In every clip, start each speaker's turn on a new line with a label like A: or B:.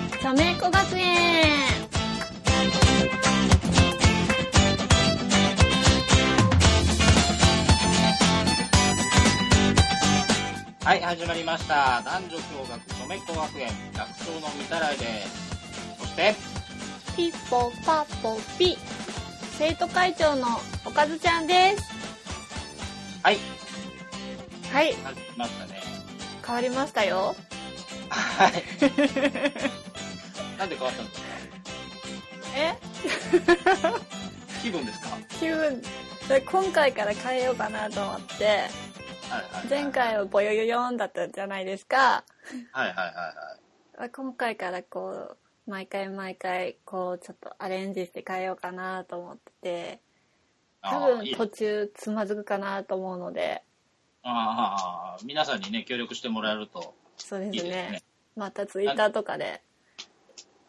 A: 子学園
B: はい、始まりました。男女共学署名工学園、学長のみたらいです。そして、
A: ピッポパッポピ生徒会長のおかずちゃんです
B: はい、
A: はい
B: 始まりましたね。
A: 変わりましたよ
B: はい。なんで変わったんですか
A: え
B: 気分ですかは
A: 気分で今回から変えようかなと思って
B: いはい、はい。
A: 前回はボヨヨヨンだったじゃないですか
B: はいはいはいはい。
A: 今回からこう毎回毎回こうちょっとアレンジして変えようかなと思ってて多
B: あーい
A: 分
B: い
A: 途中つまずくかなと思うので
B: あー皆さんにね、協力してもらえると
A: そうです
B: いい
A: ね
B: ですね。
A: またツイッターとかで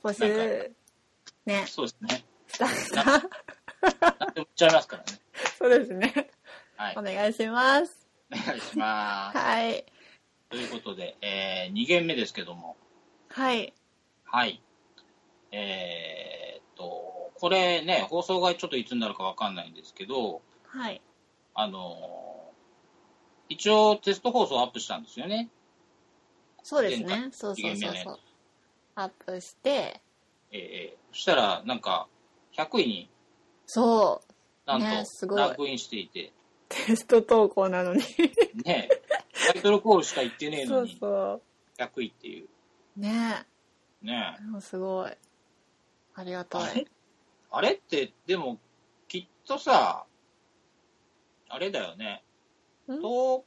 A: 募集ね
B: そうですね。
A: スタッフさん
B: なんでも言っちゃいますからね。
A: そうですね
B: はい
A: お。願いします
B: お願いします。
A: はい
B: ということで、えー、2限目ですけども、
A: はい
B: はい。えーっと、これね、放送がちょっといつになるかわかんないんですけど、
A: はい
B: あのー一応テスト放送をアップしたんですよね。
A: そうです
B: 前
A: ねそうそう
B: 二
A: そう
B: 限目
A: そ
B: の
A: うアップして
B: えーえーそしたら、なんか、100位に
A: そ
B: なん
A: ねす
B: と
A: ごい
B: ランクインしていて、
A: うテスト投稿なのに
B: ね、タイトルコールしか言ってねえ
A: そ
B: の
A: う
B: に、
A: そ
B: 100位っていう。
A: うね
B: ね
A: えもうすごいありがた
B: あ
A: い
B: れあれって、でも、きっとさ、あれだよね。
A: ん
B: 登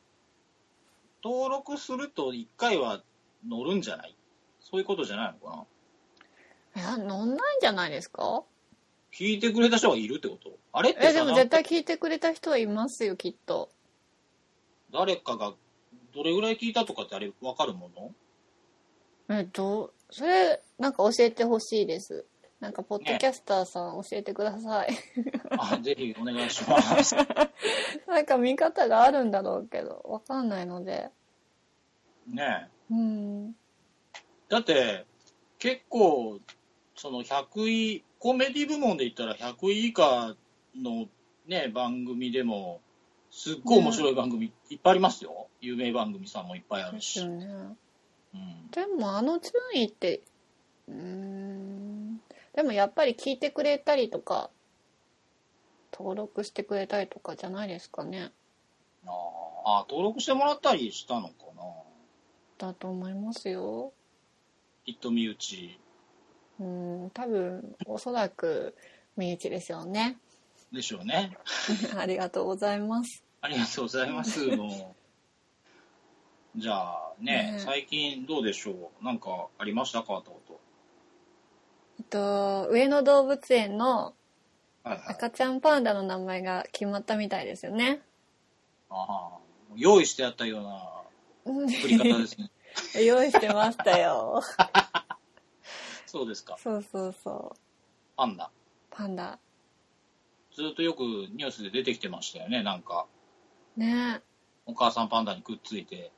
B: 登録すると1回は乗るんじゃないそういうことじゃないのかない
A: や乗んないんじゃないですか
B: 聞いてくれた人がいるってことあれって
A: え
B: さ
A: でも
B: なん
A: 絶
B: か
A: 対聞いてくれた人はいますよきっと
B: 誰かがどれぐらい聞いたとかってあれ分かるもの
A: えどうそれなんか教えてほしいですなんかポッドキャスターさん教えてください、
B: あぜひお願いします。
A: なんか見方があるんだろうけどわかんないので
B: ねえ
A: うん
B: だって結構その100位コメディ部門で言ったら100位以下のね番組でもすっごい面白い番組いっぱいありますよ、有名番組さんもいっぱいある
A: です
B: し、
A: よね
B: うん、
A: でもあの順位ってうーんでもやっぱり聞いてくれたりとか登録してくれたりとかじゃないですかね
B: ああ登録してもらったりしたのかな
A: だと思いますよ
B: きっと身内
A: うん多分おそらく身内ですよね
B: でしょうね
A: ありがとうございます
B: ありがとうござ います。もうじゃあね、
A: ね
B: 最近どうでしょうなんかありましたかってこと。
A: えっと、上野動物園の
B: はいはい。
A: 赤ちゃんパンダの名前が決まったみたいですよね。
B: ああ用意してあったような振り方ですね。
A: 用意してましたよ。
B: そうですか。
A: そうそうそう。
B: パンダ。
A: パンダ。
B: ずっとよくニュースで出てきてましたよね。なんか、
A: ね
B: お母さんパンダにくっついて、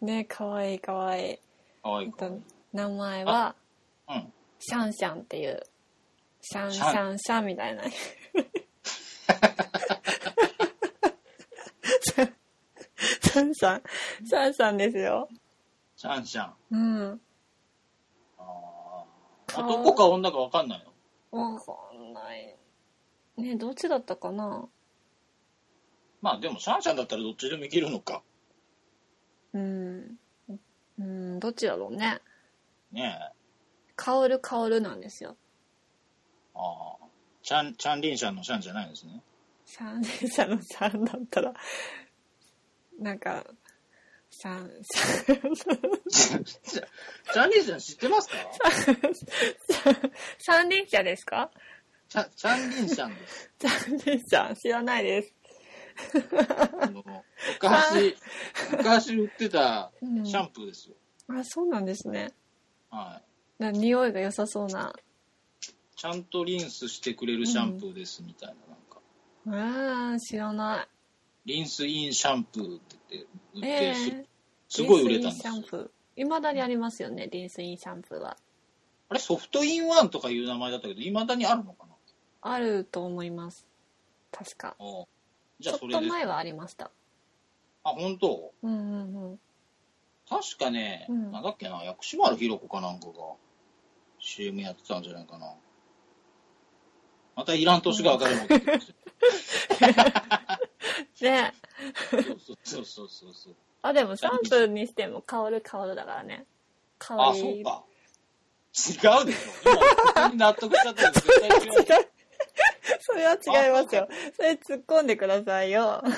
A: ねかわいいかわいい。
B: かわい
A: えっ
B: い子。う
A: と、名前は、
B: ん。
A: シャンシャンっていう。シャンシャンシャンみたいな。シャンシャン。シャンシャンですよ。
B: シャンシャン。
A: うん。
B: ああ
A: かわいい
B: 男か女かわかんないの。
A: わかんない。ねどっちだったかな
B: まあでもシャンシャンだったらどっちでもいけるのか。
A: うん、うん、どっちだろうね。
B: ねえ。
A: 香る香るなんですよ。
B: ああ。チャン、チャンリンシャンのシャンじゃないん ですね。
A: 三連射の三だったら、なんか、三、三、
B: じゃチャンリンシャン知ってますか
A: 三連射ですか
B: チャチャンリンシャンです。
A: 三連射知らないです。
B: あの 昔、昔売ってた
A: うん
B: シャンプーですよ。
A: あ、そうなんですね。
B: はい。
A: な匂いが良さそうな。
B: ちゃんとリンスしてくれるシャンプーですみたいな、なんか。
A: あー知らな
B: リンスインシャンプーって言っ
A: い。
B: て、売
A: え
B: って
A: え
B: す、すごい売れたん
A: リン
B: で
A: スイ
B: す
A: ンシャ
B: よ
A: ン。プー。いまだにありますよね、リンスインシャンプーは。
B: あれ、ソフトインワンとかいう名前だったけど、いまだにあるのかな
A: あると思います確か
B: ああじ
A: ち
B: ゃ
A: ょっ
B: あそれ
A: と
B: です。
A: 前はありました
B: あ、本当
A: うんうんうん
B: 確かね、
A: うん
B: なんだっけな、薬師丸ひろ子かなんかが CM やってたんじゃないかな。またいらん年が明るいもん言って ますよ
A: ね
B: そうそうそうそう。
A: あでも3分にしても香る香るだからね香り
B: あ、そうか。違うでしょ。今、ここに納得しちゃったら絶対違う。
A: それは違いますよ。それ突っ込んでくださいよ。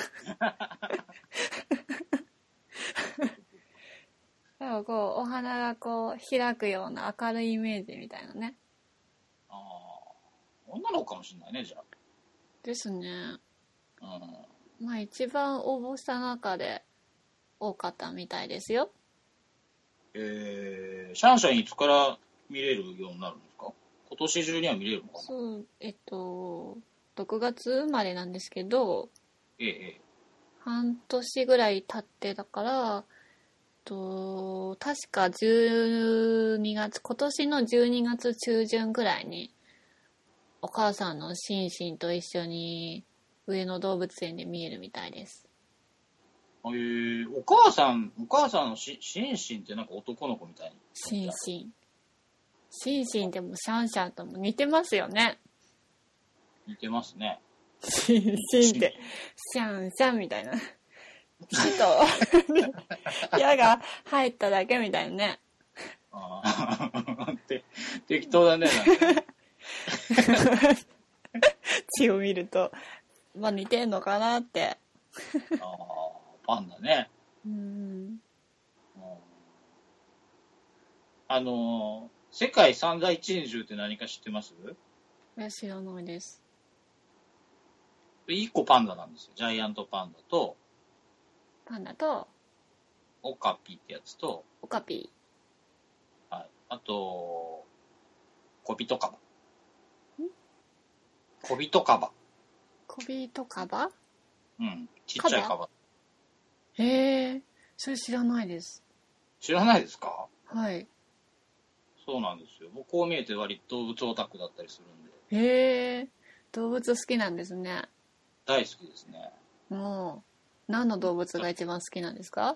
A: なんかこうお花がこう開くような明るいイメージみたいなね。
B: ああ、女の子かもしれないね、じゃ
A: ですね。
B: あ。うん。
A: まあ一番応募した中で多かったみたいですよ。
B: えー、シャンシャンいつから見れるようになるんですか今年中には見れるのかな
A: そう、えっと、6月生まれなんですけど、
B: ええ、ええ。
A: 半年ぐらい経ってだから、えっと、確か12月、今年の12月中旬ぐらいに、お母さんのシンシンと一緒に上野動物園で見えるみたいです。
B: えー、お母さん、お母さんのしシンシンってなんか男の子みたいに。
A: シンシン。シンシンでもシャンシャンとも似てますよね。
B: 似てますね。
A: シンシンって、シャンシャンみたいな。ちと、矢が入っただけみたいなね。
B: あー て適当だね。なん か
A: 血を見ると、まあ似てんのかなって。
B: あーパンダね。
A: うん。
B: うんあのー世界三大珍獣って何か知ってます
A: いや、知らないです。
B: 一個パンダなんですよ。ジャイアントパンダと、
A: パンダと、
B: オカピってやつと、
A: オカピ
B: はい、あと、小人カバ。小人カバ。
A: コビとカバ
B: うん。ちっちゃいカ
A: カ
B: バ。
A: へえ、それ知らないです。
B: 知らないですか
A: はい。
B: そうなんですよ。僕こう見えて割と動物オタクだったりするんで、
A: へえ、動物好きなんですね。
B: 大好きですね。
A: もう、何の動物が一番好きなんですか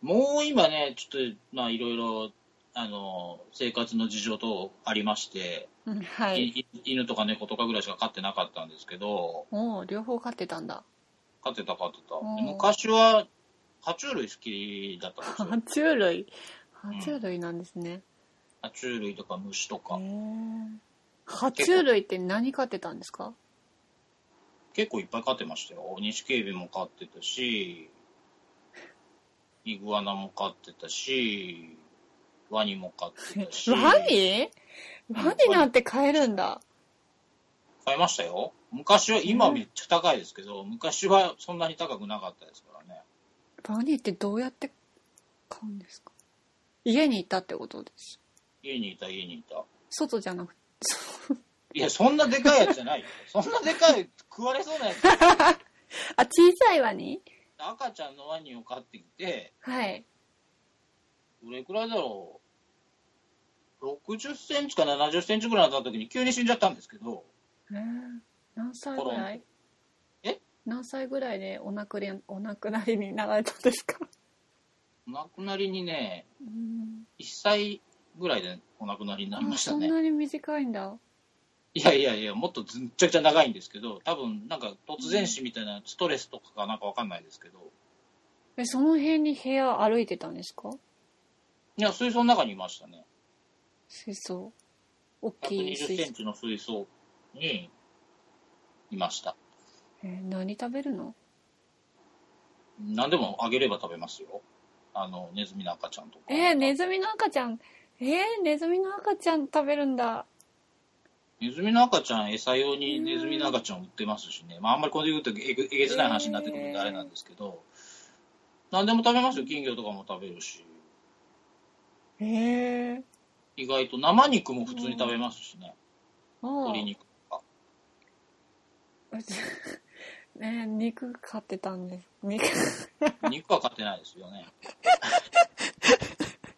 B: もう今ね、ちょっと、まあいろいろ、あの、生活の事情等ありまして、
A: うん、はいい。
B: い犬とか猫とかぐらいしか飼ってなかったんですけど、
A: おう両方飼ってたんだ。
B: 飼ってた飼ってた。
A: うん
B: で昔は、爬虫類好きだったんで す
A: 爬
B: よ。
A: 虫類。爬虫類なんですね。
B: 爬虫類とか虫と
A: へ
B: か、
A: え。爬虫類って何飼ってたんですか
B: 結構いっぱい飼ってましたよ。錦エビも飼ってたし、イグアナも飼ってたし、ワニも飼ってた し。
A: ワニワニなんて飼えるんだ。
B: 買いましたよ。昔は、今めっちゃ高いですけど、昔はそんなに高くなかったですからね。
A: ワニってどうやって買うんですか家にいたってことです
B: 家にいた、家にいた。
A: 外じゃなくて
B: いや、そんなでかいやつじゃない よ。そんなでかい、食われそうなやつ。
A: あ小さいワニ
B: 赤ちゃんのワニを買ってきて、
A: はい
B: どれくらいだろう。60センチか70センチぐらいになった時に急に死んじゃったんですけど、
A: 何歳ぐらい
B: え
A: 何歳ぐらいでお亡くれお亡くなりになられたんですか
B: お亡くなりにね、
A: うん
B: 1歳ぐらいでお亡くなりになりました
A: あそ
B: ね
A: ん。なに短いんだ
B: いやいやいや、もっとずめちゃくちゃ長いんですけど、多分なんか突然死みたいなストレスとかかなんかわかんないですけど、
A: えその辺に部屋歩いてたんですか
B: いや、水槽の中にいましたね。
A: 水槽大きい
B: 120
A: 水
B: セン
A: 槽、
B: チの水槽にいました。
A: えー何食べるの
B: 何でもあげれば食べますよ。あの、ネズミの赤ちゃんとか。
A: えーネズミの赤ちゃんえーネズミの赤ちゃん食べるんだ
B: ネズミの赤ちゃん、餌用にネズミの赤ちゃん売ってますしね。まあ、あんまりこれで言うとえぐえげつない話になってくるんであれなんですけど、何でも食べますよ。金魚とかも食べるし。
A: へえー、
B: 意外と生肉も普通に食べますしね。
A: ああ
B: 鶏肉とか。
A: うちね肉買ってたんです肉
B: 肉は買ってないですよね。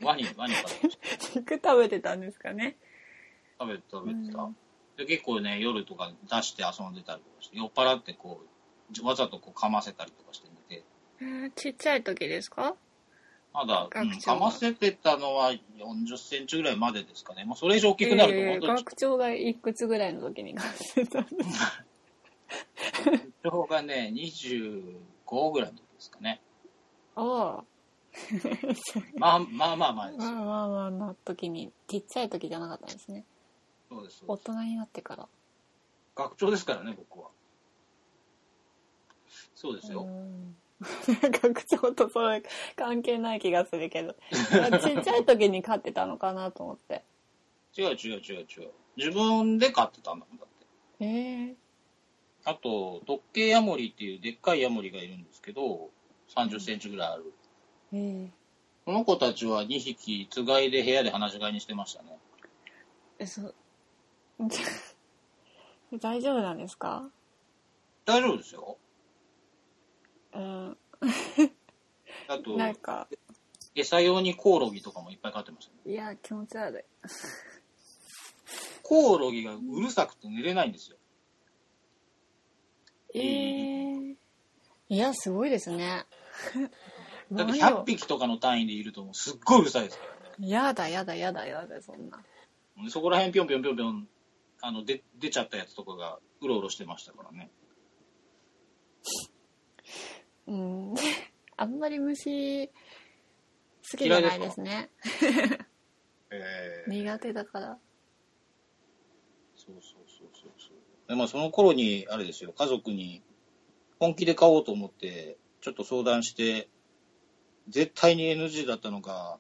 B: ワニ、ワニ食べて
A: 肉食べてたんですかね。
B: 食べて食べてた、
A: うん
B: で、結構ね、夜とか出して遊んでたりとかして、酔っ払ってこう、わざとこう噛ませたりとかして寝て、
A: えーちっちゃい時ですか
B: まだ、うん、
A: 学長が
B: 噛ませてたのは40センチぐらいまでですかね。もうそれ以上大きくなると
A: え
B: 本
A: ー
B: 当に
A: 学長がいくつぐらいの時に感じたんですか
B: 情報がね、25ぐらいの時ですかね。
A: ああ。
B: まあまあまあ前です
A: まあ。まあまあな時に、ちっちゃい時じゃなかったんですね。
B: そうです。そう
A: 大
B: です
A: 人になってから。
B: 学長ですからね、僕は。そうです
A: う
B: よ。
A: ん 学長とそれ関係ない気がするけ ど。まあちっちゃい時に飼ってたのかなと思って。
B: 違う違う違う違う。自分で飼ってたんだもんだって。
A: へえ
B: あと、ドッケイヤモリっていうでっかいヤモリがいるんですけど、30センチぐらいある。
A: ええ
B: この子たちは2匹、つがいで部屋で放し飼いにしてましたね。
A: え、そ、 大丈夫なんですか
B: 大丈夫ですよ。
A: うん。
B: あと、
A: なんか、
B: 餌用にコオロギとかもいっぱい飼ってましたね。
A: いや、気持ち悪い。
B: コオロギがうるさくて寝れないんですよ。
A: ええいや、すごいですね。
B: だっ
A: 何
B: て100
A: を
B: 匹とかの単位でいるともうすっごいうるさいですからね。
A: やだやだやだやだ、そんな。
B: そこら辺ぴょんぴょんぴょんぴょん、あの、で出ちゃったやつとかがうろうろしてましたからね。
A: うん。 あんまり虫、好きじゃないですね。
B: えー、
A: 苦手だから。
B: そうそうそうそうそう。でまあその頃に、あれですよ、家族に本気で買おうと思って、ちょっと相談して、絶対に NG だったのが、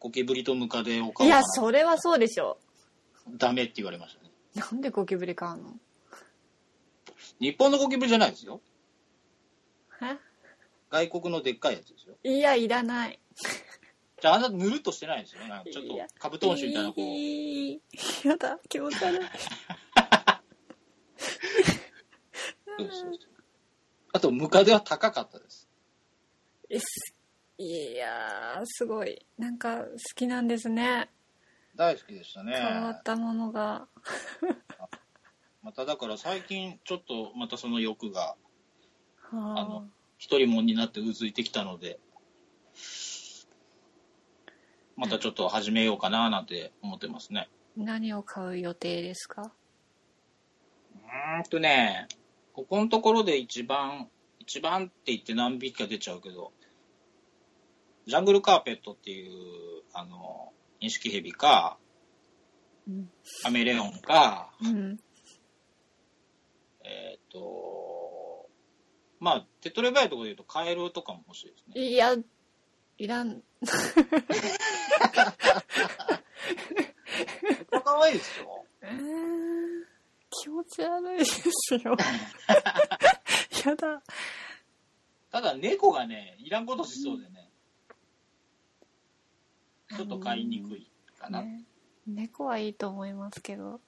B: ゴキブリとムカデを
A: い
B: 買おうか
A: や、
B: な
A: それはそうでしょ。
B: ダメって言われましたね。
A: なんでゴキブリ買うの
B: 日本のゴキブリじゃないですよ。
A: え
B: 外国のでっかいやつですよ。
A: いや、いらない。
B: じゃあ、あんなぬるっとしてないですよね。なんかちょっと
A: いや
B: カブトムシみたいなこう。
A: いいやだ、気持ち悪い。
B: そうそうそうあと、ムカデは高かったです。
A: えすいやー、すごい。なんか、好きなんですね。
B: 大好きでしたね。
A: 変わったものが。
B: まただから最近、ちょっとまたその欲が
A: は
B: あの一人もんになってうずいてきたので、またちょっと始めようかななんて思ってますね。
A: 何を買う予定ですか
B: うーんとね、ここのところで一番、一番って言って何匹か出ちゃうけど、ジャングルカーペットっていう、あの、ニシキヘビか、
A: うん。
B: カメレオンか、
A: うん。
B: えっ、と、まあ、手っ取り早いところで言うとカエルとかも欲しいですね。
A: いや、いらん。
B: めっちゃ可愛いですよ。
A: えー気持ち悪いです よ。やだ。
B: ただ猫がね、いらんことしそうでね、ちょっと飼いにくいかな。
A: ね猫はいいと思いますけど。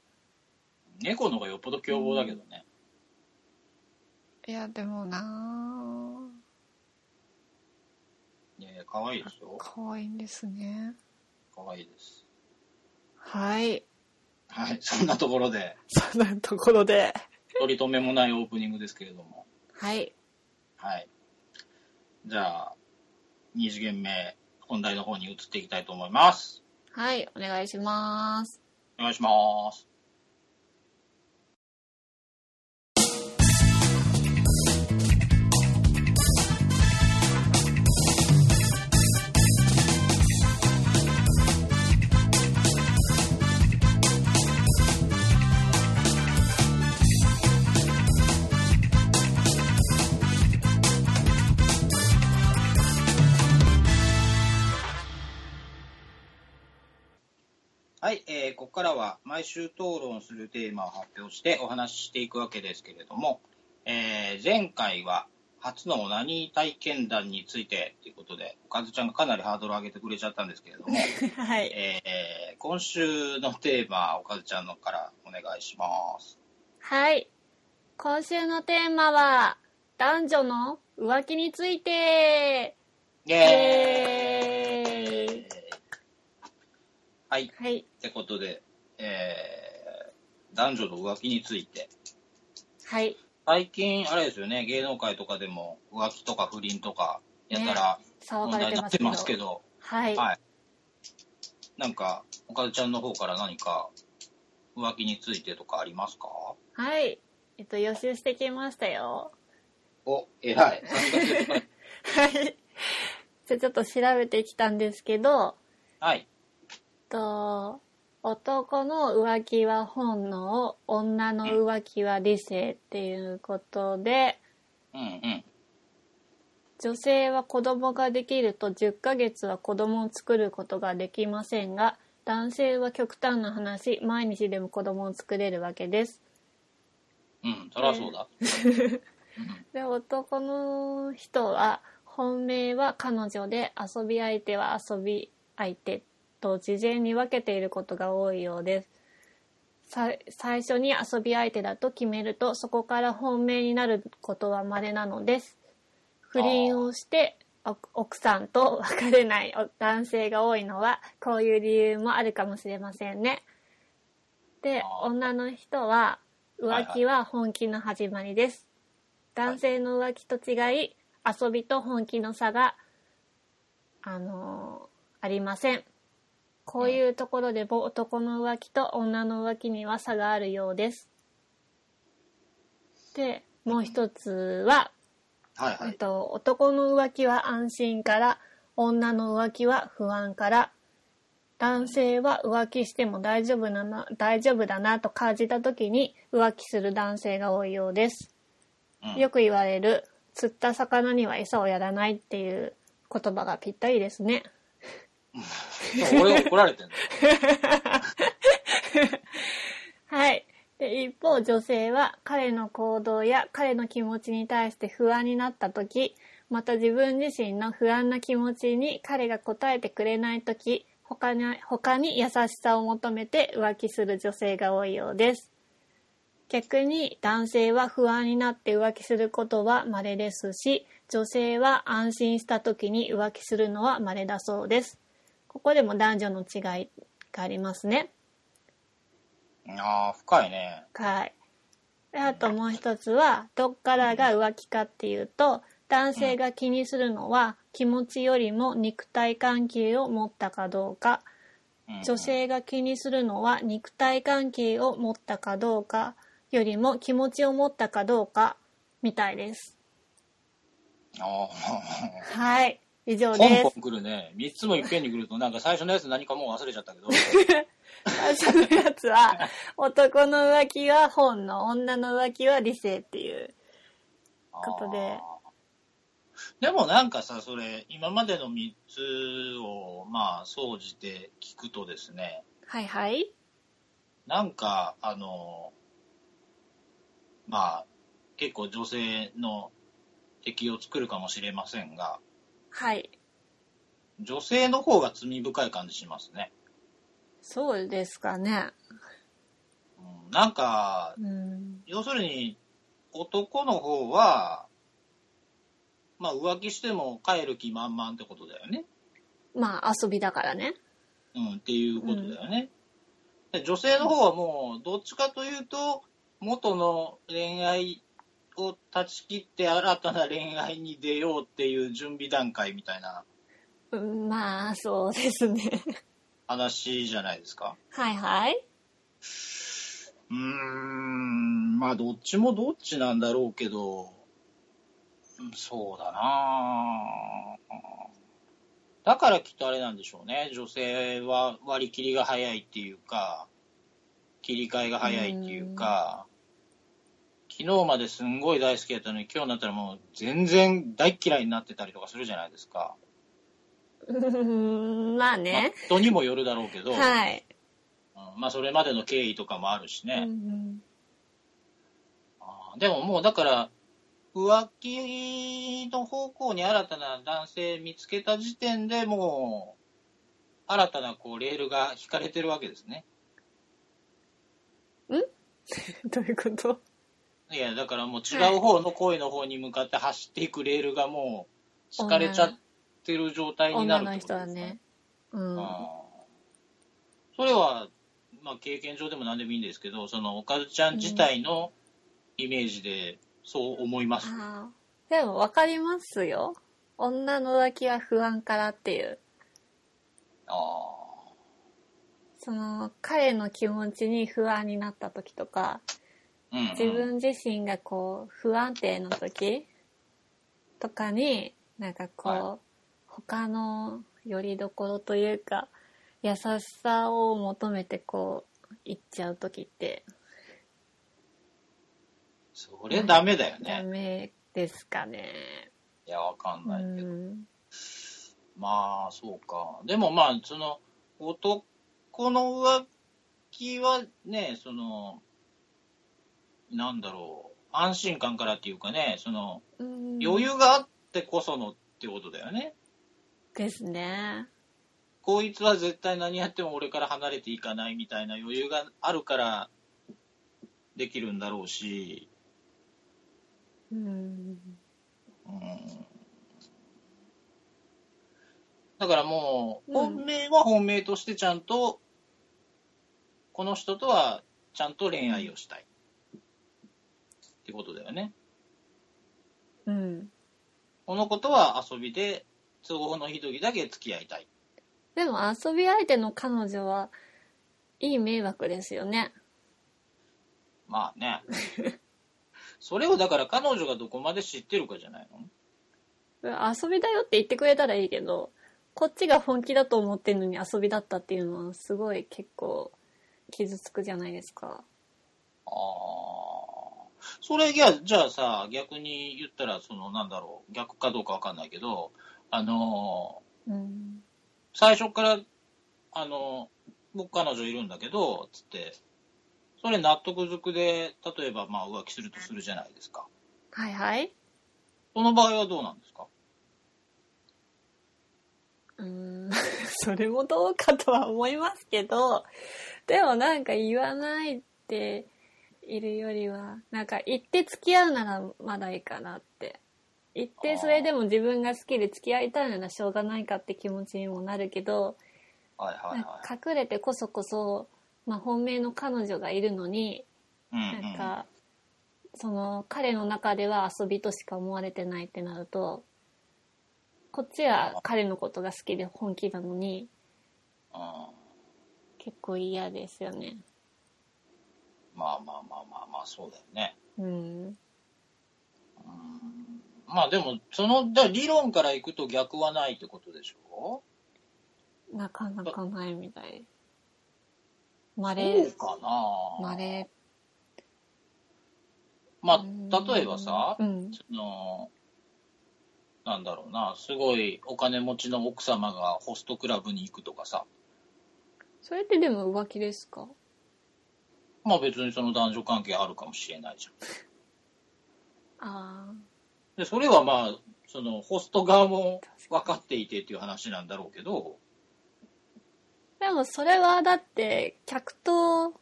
B: 猫の方がよっぽど凶暴だけどね。
A: いや、でもない
B: やいや、可愛いですよ
A: ぁ。。可愛いんですね。
B: 可愛いです。
A: はい。
B: はい、 そんなところで、
A: そんなところで。
B: 取り留めもないオープニングですけれども、
A: はい。
B: はい。じゃあ、2次元目、本題の方に移っていきたいと思います。
A: はい、お願いします。
B: お願いします。はい、えーここからは毎週討論するテーマを発表してお話ししていくわけですけれども、えー前回は初のオナニー体験談についてということで、おかずちゃんがかなりハードル上げてくれちゃったんですけれども、
A: はい。
B: えー今週のテーマ、おかずちゃんのからお願いします。
A: はい。今週のテーマは、男女の浮気について。
B: イ
A: イ
B: ェーイ
A: エーイ
B: はい。
A: はい。
B: ってことで、えー、男女の浮気について。
A: はい。
B: 最近、あれですよね、芸能界とかでも浮気とか不倫とか、やたら
A: 騒
B: 問
A: が
B: 題
A: れ
B: に
A: て
B: な
A: ま
B: っ
A: す
B: て
A: けど。
B: ますけど、
A: はい。
B: はい。なんか、おかずちゃんの方から何か浮気についてとかありますか
A: はい。えっと、予習してきましたよ。
B: お、偉い。さすが先輩
A: はい。 じゃあちょっと調べてきたんですけど、
B: はい。
A: と、男の浮気は本能、女の浮気は理性っていうことで、
B: うんうん。
A: 女性は子供ができると10ヶ月は子供を作ることができませんが、男性は極端な話、毎日でも子供を作れるわけです。
B: うん、そりゃそうだ。
A: で、男の人は、本命は彼女で遊び相手は遊び相手と事前に分けていることが多いようです。さ最初に遊び相手だと決めると、そこから本命になることは稀なのです。不倫をしてお奥さんと別れないお男性が多いのは、こういう理由もあるかもしれませんね。で
B: あ、ー
A: 女の人は、
B: はい
A: 浮気は本気の始まりです。男性の浮気と違い遊びと本気の差があのーありませんこういうところでも男の浮気と女の浮気には差があるようですでもう一つは、
B: はいは
A: えっ
B: い。
A: と、男の浮気は安心から女の浮気は不安から男性は浮気しても大丈夫だな大丈夫だなと感じた時に浮気する男性が多いようです
B: うん
A: よく言われる釣った魚には餌をやらないっていう言葉がぴったりですね。
B: 俺怒られてる
A: はい。で一方女性は彼の行動や彼の気持ちに対して不安になった時また自分自身の不安な気持ちに彼が応えてくれない時他に他に優しさを求めて浮気する女性が多いようです逆に男性は不安になって浮気することは稀ですし女性は安心した時に浮気するのは稀だそうですここでも男女の違いがありますね
B: ああ、深いね。
A: はい。であともう一つは、どっからが浮気かっていうと、男性が気にするのは気持ちよりも肉体関係を持ったかどうか、
B: うん
A: 女性が気にするのは肉体関係を持ったかどうかよりも気持ちを持ったかどうかみたいです。
B: あ
A: はい。以上で
B: あ、ポンポ
A: す。
B: ン来るね。3つもいっぺんに来ると、なんか最初のやつ何かもう忘れちゃったけど。
A: 最初のやつは、男の浮気は本の、女の浮気は理性っていう。ことで
B: あーでもなんかさ、それ、今までの3つを、まあ、総じて聞くとですね、
A: はいはい。
B: なんか、あの、まあ、結構女性の敵を作るかもしれませんが、
A: はい。
B: 女性の方が罪深い感じしますね。
A: そうですかね。
B: うん、なんか、
A: うん。
B: 要するに、男の方は、まあ、浮気しても帰る気満々ってことだよね。
A: まあ遊びだからね。
B: うん、っていうことだよね。で女性の方はもう、どっちかというと、元の恋愛を断ち切って新たな恋愛に出ようっていう準備段階みたいな
A: うんまあそうですね。
B: 話じゃないですか。
A: はいはい。
B: うーん、まあ、どっちもどっちなんだろうけど、うんそうだなぁだからきっとあれなんでしょうね。女性は割り切りが早いっていうか、切り替えが早いっていうか、昨日まですんごい大好きだったのに今日になったらもう全然大嫌いになってたりとかするじゃないですか。
A: うんまあ
B: まあ
A: ね。、
B: 人にもよるだろうけど、
A: はい。
B: うんまあそれまでの経緯とかもあるしね。
A: うん
B: あーでももうだから、浮気の方向に新たな男性見つけた時点でもう、新たなこうレールが引かれてるわけですね。
A: うんどういうこと
B: いや、だからもう違う方の恋の方に向かって走っていくレールがもう、引かれちゃってる状態にな
A: 女の
B: るってこ
A: 人
B: と
A: は
B: ですね
A: ね。。うん。
B: あそれは、まあ、経験上でも何でもいいんですけど、その、おかずちゃん自体のイメージで、そう思います。
A: あーでも分かりますよ。女の抱きは不安からっていう。
B: ああ。
A: その彼の気持ちに不安になった時とか、
B: うん、うん。
A: 自分自身がこう不安定な時とかになんかこう、
B: は
A: 他の拠り所というか優しさを求めてこう行っちゃう時って
B: それダメだよ
A: ダ
B: ね。
A: メですかね。
B: いや、わかん
A: う
B: ないけど。
A: ん、
B: まあ、そうか。でもまあ、その、男の浮気はね、その、なんだろう、安心感からっていうかね、その、
A: うん
B: 余裕があってこそのってことだよね。
A: ですね。
B: こいつは絶対何やっても俺から離れていかないみたいな余裕があるからできるんだろうし、
A: うん、
B: うんだからもう、
A: うん
B: 本命は本命としてちゃんと、この人とはちゃんと恋愛をしたい。ってことだよね。
A: うん、
B: この子とは遊びで、都合のいい時だけ付き合いたい。
A: でも遊び相手の彼女はいい迷惑ですよね。
B: まあね。それをだから彼女がどこまで知ってるかじゃないの
A: 遊びだよって言ってくれたらいいけどこっちが本気だと思ってるのに遊びだったっていうのはすごい結構傷つくじゃないですか
B: ああ。それ、いや、じゃあさ、逆に言ったら、その、なんだろう、逆かどうかわかんないけど、あの
A: うん
B: ー最初から、あのー僕彼女いるんだけど、つって、それ納得づくで、例えば、まあ、浮気するとするじゃないですか。
A: はいはい
B: その場合はどうなんですか
A: うーん それもどうかとは思いますけどでもなんか言わないっているよりはなんか言って付き合うならまだいいかなって言ってそれでも自分が好きで付き合いたいならしょうがないかって気持ちにもなるけど
B: はいはい
A: なんか
B: はい。
A: 隠れてこそこそ、まあ、本命の彼女がいるのに
B: うんうん
A: なんか、その彼の中では遊びとしか思われてないってなるとこっちは彼のことが好きで本気なのに
B: うん
A: 結構嫌ですよね。
B: まあまあまあまあまあ、そうだよね。
A: うん、
B: まあでも、その、だから理論からいくと逆はないってことでしょ
A: なかなかないみたい。ま
B: そう
A: れ、
B: かな
A: まれ。
B: まあ、例えばさ
A: う、ん。
B: その、なんだろうな、すごいお金持ちの奥様がホストクラブに行くとかさ、
A: それってでも浮気ですか
B: まあ別にその男女関係あるかもしれないじゃん。
A: ああ、
B: で、それはまあ、そのホスト側も分かっていてっていう話なんだろうけど、
A: でもそれはだって客と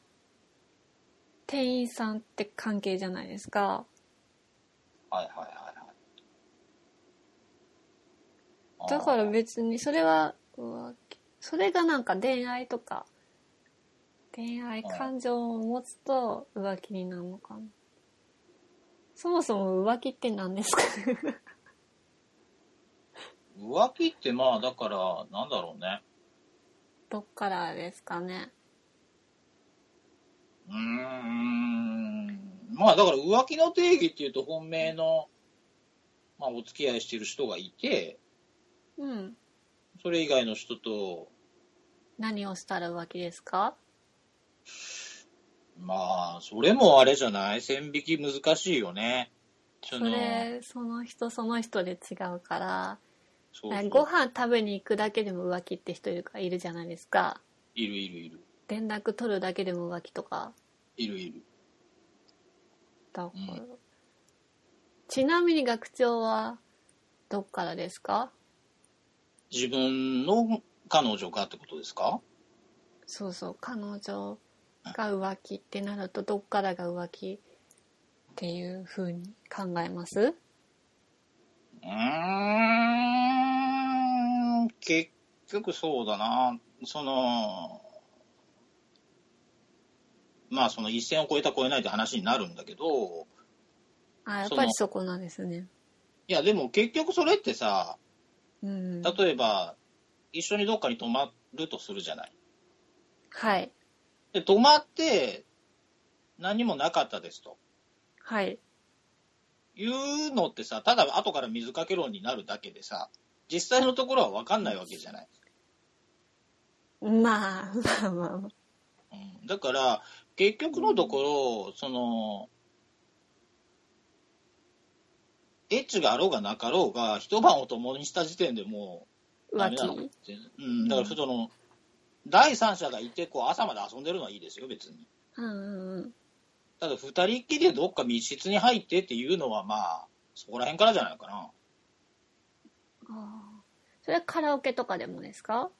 A: 店員さんって関係じゃないですか。
B: はいはいはいはい。
A: だから
B: あー
A: 別にそれは浮気それがなんか恋愛とか恋愛感情を持つと浮気になるのかな。そもそも浮気って何 ですか
B: 浮気ってまあだから、なんだろうね。
A: どっからですかね。
B: うーんまあだから浮気の定義っていうと本命の、まあ、お付き合いしてる人がいて
A: うん。
B: それ以外の人と
A: 何をしたら浮気ですか
B: まあそれもあれじゃない線引き難しいよねそ
A: そ
B: の
A: れ、その人その人で違うから、
B: そうそう
A: ご飯食べに行くだけでも浮気って人いるかいるじゃないですか。
B: いるいるいる
A: 連絡取るだけでも浮気とか
B: いるいる
A: だから、
B: うん
A: ちなみに学長はどっからですか
B: 自分の彼女かってことですか
A: そうそう彼女が浮気ってなるとどっからが浮気っていう風に考えます
B: うーん結局そうだなそのまあその一線を越えた越えないって話になるんだけど、
A: あ、やっぱりそこなんですね。
B: いやでも結局それってさ、
A: うん。
B: 例えば一緒にどっかに泊まるとするじゃない。
A: はい。
B: で、泊まって何もなかったですと。
A: はい。
B: いうのってさ、ただ後から水かけ論になるだけでさ、実際のところは分かんないわけじゃない。
A: まあ、まあまあまあ。
B: うん、だから、結局のところ、その、エッチがあろうがなかろうが、一晩を共にした時点でもう、ダ
A: 浮
B: メなのかっ
A: 気。
B: て。うん、だから、その、第三者がいて、こう、朝まで遊んでるのはいいですよ、別に。
A: うんうんうん。
B: ただ、二人っきりでどっか密室に入ってっていうのは、まあ、そこら辺からじゃないかな。
A: ああ。それはカラオケとかでもですか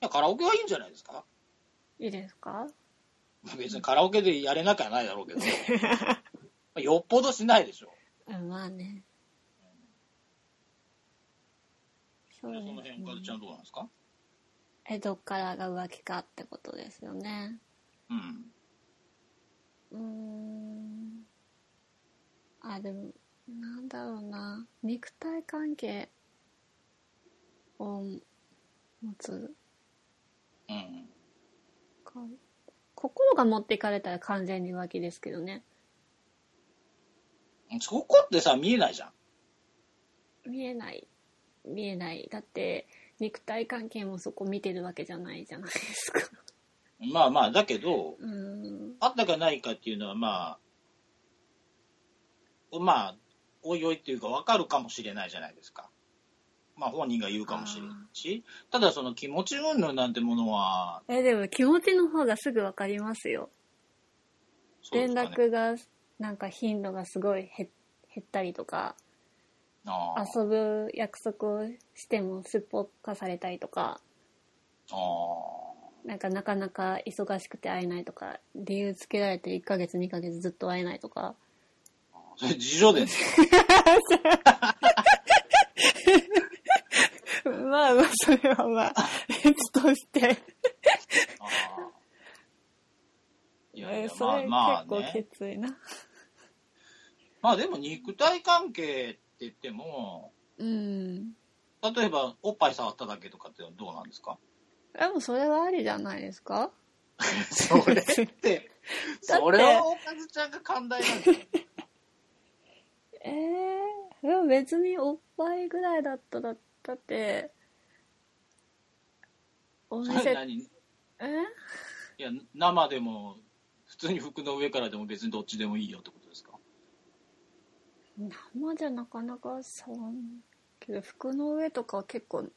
B: いやカラオケはいいんじゃないですか
A: いいですか
B: 別にカラオケでやれなきゃないだろう けど。まあよっぽどしないでしょ。
A: うん、まあね。そ
B: そう
A: で
B: の
A: すね
B: 辺、カズちゃんどうなんですか
A: え、どっからが浮気かってことですよね。
B: うん。
A: うーん。あ、でも、なんだろうな。肉体関係を持つ
B: うん。
A: か。心が持っていかれたら完全に浮気ですけどね。
B: そこってさ、見えないじゃん。
A: 見えない。見えない。だって、肉体関係もそこ見てるわけじゃないじゃないですか。
B: まあまあ、だけど、
A: うーん。
B: あったかないかっていうのは、まあ、まあ、おいおいっていうか、わかるかもしれないじゃないですか。まあ、本人が言うかもしれないし、ただその気持ち云々なんてものは、
A: え、でも気持ちの方がすぐわかりますよ。
B: そう
A: 連
B: ですかね。
A: 絡が、なんか頻度がすごい減減ったりとか。
B: ああ
A: 遊ぶ約束をしてもすっぽかされたりとか、
B: ああ
A: なんかなかなか忙しくて会えないとか、理由つけられて1ヶ月2ヶ月ずっと会えないとか、
B: それ、事情です。
A: まあまあそれはまあ、別として、
B: ああいやい
A: え
B: や
A: ー、
B: ま
A: そ
B: あ
A: れ
B: ま
A: 結
B: あ
A: 構き
B: ね。
A: ついな。
B: まあでも肉体関係って言っても、
A: うん。
B: 例えばおっぱい触っただけとかってどうなんです か
A: でもそれはありじゃないですか
B: それって、 それはおかずちゃんが寛大なんじゃない
A: えー、でも別におっぱいぐらいだったら、だって、お
B: それ
A: 店、
B: 何い
A: え
B: や、生でも、普通に服の上からでも別にどっちでもいいよってことですか
A: 生じゃなかなかそんけど服の上とかは結構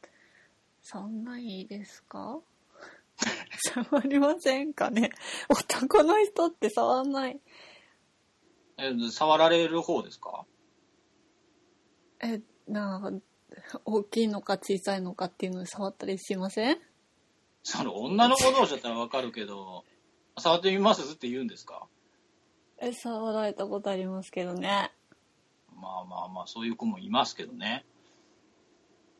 A: そんないいですか 触りませんかね 男の人って触んない
B: え触られる方ですか
A: えなんか大きいのか小さいのかっていうのに触ったりしません
B: その女の子同士だったらわかるけど、触ってみますって言うんですか
A: え触られたことありますけどね
B: まあまあまあ、そういう子もいますけどね。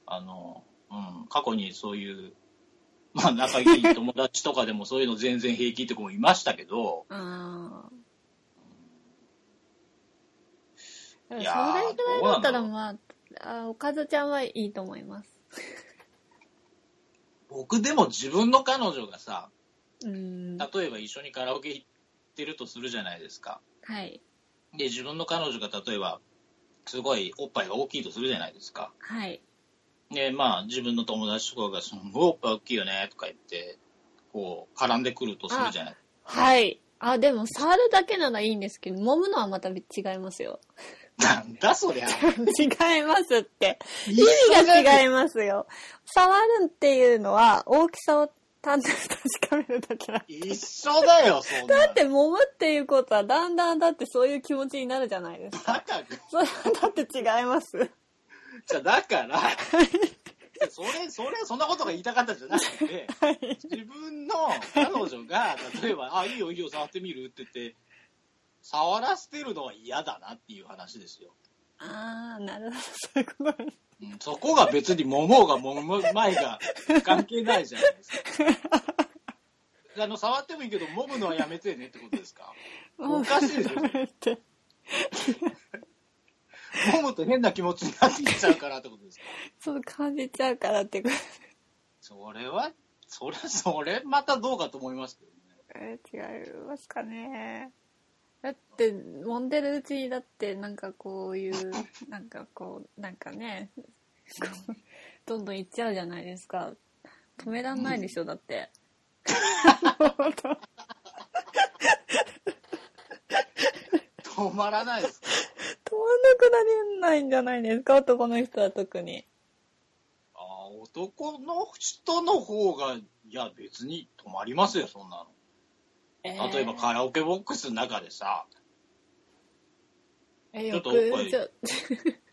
B: あの、うん、過去にそういう、 まあ仲良い友達とかでもそういうの全然平気って子もいましたけど、
A: ああそれぐ
B: いやー
A: らいだったら
B: どう
A: まああおかずちゃんはいいと思います
B: 僕でも自分の彼女がさ、
A: うんは
B: 例えば一緒にカラオケ行ってるとするじゃないですか。
A: い
B: で、自分の彼女が例えば、すごいおっぱいが大きいとするじゃないですか。
A: はい
B: で、まあ自分の友達とかが、すごいおっぱい大きいよねとか言って、こう、絡んでくるとするじゃない
A: はい。あ、でも、触るだけならいいんですけど、揉むのはまた違います よ。
B: なんだ そりゃ。
A: 違いますって。
B: 意
A: 意味が違いますよ。触るっていうのは、大きさを単純に確かめるだけだ。
B: 一緒だよ、そんなの。だ
A: だって、揉むっていうことは、だんだんだってそういう気持ちになるじゃないですか。
B: だから、
A: それはだって違います。
B: じゃあだ から、それ、それ、そんなことが言いたかったじゃなくて、自分の彼女が、例えば、あ、いいよ、いいよ、触ってみるって言って、触らせてるのは嫌だなっていう話ですよ。
A: あー、なるほど。そういうことです
B: うんそこが別に揉もうが揉む前が関係ないじゃないですか。あの、触ってもいいけど、揉むのはやめてねってことですか
A: もう
B: おかしいですよ
A: って
B: 揉むと変な気持ちになってきちゃうからってことですか
A: そう感じちゃうからってこと
B: それは、それ、 それ、またどうかと思いますけどね。
A: えー違いますかねだって揉んでるうちにだってなんかこういうなんかこうなんかねこうどんどんいっちゃうじゃないですか止めらんないでしょだって。
B: 止まらないです。
A: 止まんなくなれないんじゃないですか男の人は特に。
B: ああ、男の人の方が、いや、別に止まりますよ、そんなの。例えばカラオケボックスの中でさ、
A: えー、
B: ちょ
A: よ
B: っ
A: く
B: とおっぱい
A: ちょ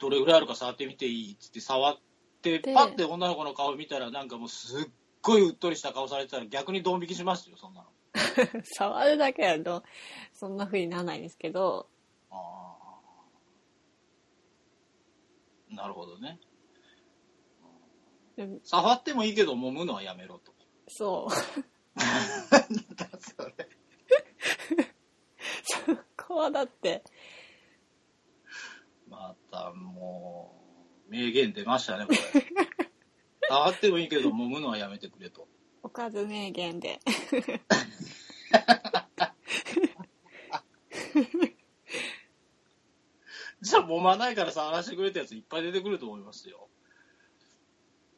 B: どれぐらいあるか触ってみていいっつって触って、
A: で
B: パッて女の子の顔見たら、なんかもうすっごいうっとりした顔されてたら逆にドン引きしますよ、そんなの。
A: 触るだけだとそんな風にならないですけど
B: ああ。なるほどね。
A: でも
B: 触ってもいいけど揉むのはやめろと。
A: そう
B: なんだそれ。
A: そこはだって
B: またもう、名言出ましたね、こ れ。触ってもいいけど、揉むのはやめてくれと。
A: おかず名言で
B: じゃあ、揉まないから触らせてくれたやついっぱい出てくると思いますよ。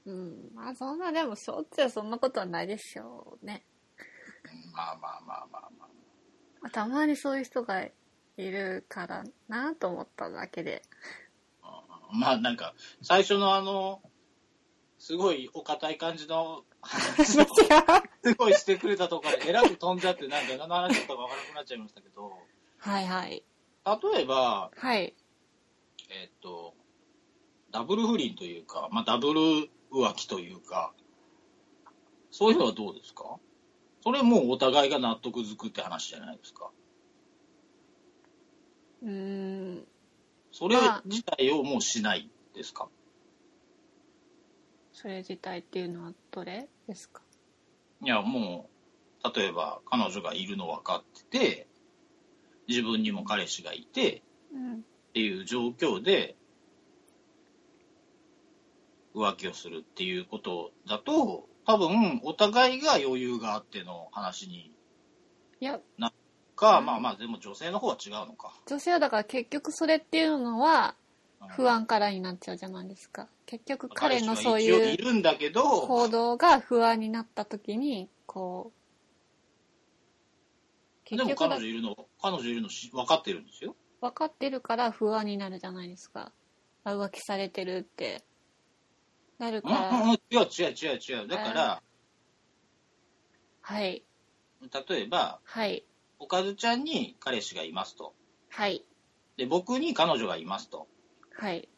A: うんまあそんなでもしょっちゅうそんなことはないでしょうね、
B: まあまあまあまあまあ。
A: まあたまにそういう人がいるからなと思っただけで
B: まあなんか、最初のあの、すごいお堅い感じの話を、 すごいしてくれたとこから、えらく飛んじゃって、なんか何の話だったかわからなくなっちゃいましたけど、
A: はいはい
B: 例えば、
A: はい
B: えっと、ダブル不倫というか、まあ、ダブル浮気というか、そういうのはどうですかそれもうお互いが納得づくって話じゃないですか。
A: うーん
B: それ
A: まあ
B: 自体をもうしないですか、
A: それ自体っていうのはどれですか
B: いや、もう、例えば彼女がいるの分かってて、自分にも彼氏がいて
A: うん
B: っていう状況で、浮気をするっていうことだと、多分お互いが余裕があっての話に
A: いや
B: か、
A: うん
B: まあまあ、でも女性の方は違うのか。
A: 女性はだから結局それっていうのは
B: うん
A: 不安からになっちゃうじゃないですか結局彼のそう
B: 彼氏は
A: いう
B: 一応いるんだけど、
A: 行動が不安になった時にこう
B: で
A: 結
B: も
A: 局
B: 彼
A: だ
B: 女いるの、彼女いるのし分かってるんですよ。
A: 分かってるから不安になるじゃないですかあ浮気されてるってなる
B: う
A: か
B: ん、う
A: ら、
B: んうん違う違う違う違う。だから、
A: はい
B: 例えば、
A: はい
B: おかずちゃんに彼氏がいますと。
A: はい
B: で、僕に彼女がいますと。
A: はい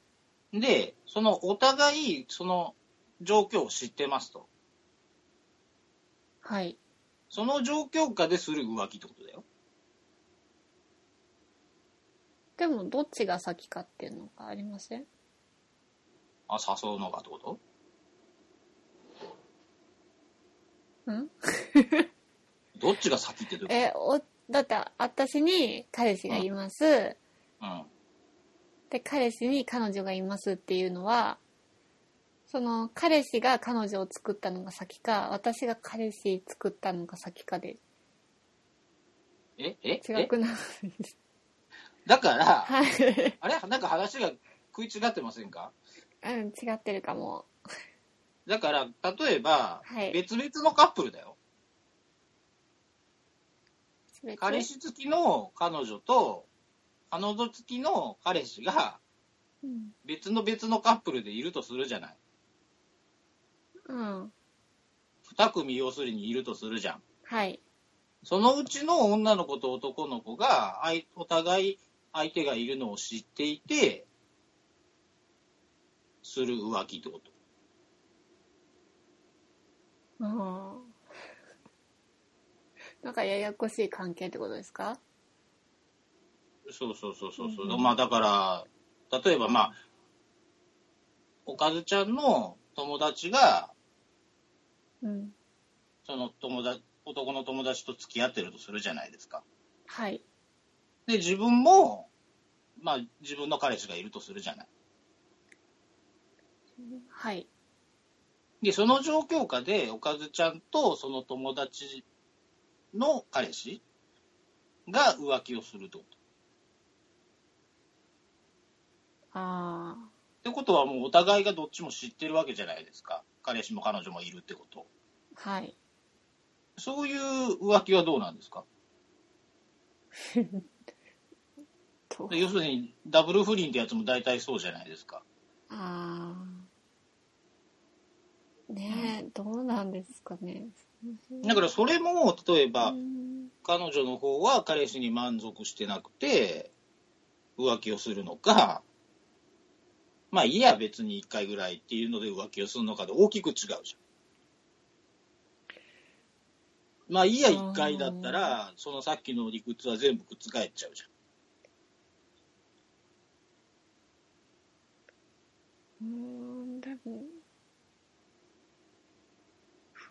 B: で、そのお互い、その状況を知ってますと。
A: はい
B: その状況下でする浮気ってことだよ。
A: でもどっちが先かっていうのがありません
B: あ、誘うのかってこと
A: ん
B: どっちが先ってどういう
A: えおだって私に彼氏がいます
B: ことうん。
A: で彼氏に彼女がいますっていうのはその彼氏が彼女を作ったのが先か私が彼氏作ったのが先かで
B: え、え、
A: 違
B: え
A: くない
B: だから、
A: はい、
B: あれなんか話が食い違ってませんか
A: うん、違ってるかも
B: だから、例えば、
A: はい
B: 別々のカップルだよ。
A: それと
B: 彼氏付きの彼女と、彼女付きの彼氏が
A: うん、
B: 別の別のカップルでいるとするじゃない。
A: うん、
B: 二組要するにいるとするじゃん。
A: はい
B: そのうちの女の子と男の子が、あいお互い相手がいるのを知っていて、する浮気ってこと。
A: うんなんかややこしい関係ってことですか
B: そうそうそうそうそう、
A: うんうん
B: まあだから例えばまあおかずちゃんの友達が
A: うん
B: その友達男の友達と付き合ってるとするじゃないですか。
A: はい。
B: で、自分も、まあ、自分の彼氏がいるとするじゃない。
A: はい。
B: で、その状況下で、おかずちゃんとその友達の彼氏が浮気をするってこと。
A: あ
B: ってことはもうお互いがどっちも知ってるわけじゃないですか。彼氏も彼女もいるってこと。
A: あ、はい。
B: そういう浮気はどうなんですか
A: と
B: で要するに、ダブル不倫ってやつも大体そうじゃないですか。
A: ああ。ねえ、どうなんですかね。
B: だからそれも、例えば
A: う、ん
B: 彼女の方は彼氏に満足してなくて、浮気をするのか、まあいいや別に1回ぐらいっていうので浮気をするのかで大きく違うじゃん。まあいいや1回だったら、そのさっきの理屈は全部覆っちゃうじゃ
A: うー
B: ん。
A: ん、でも。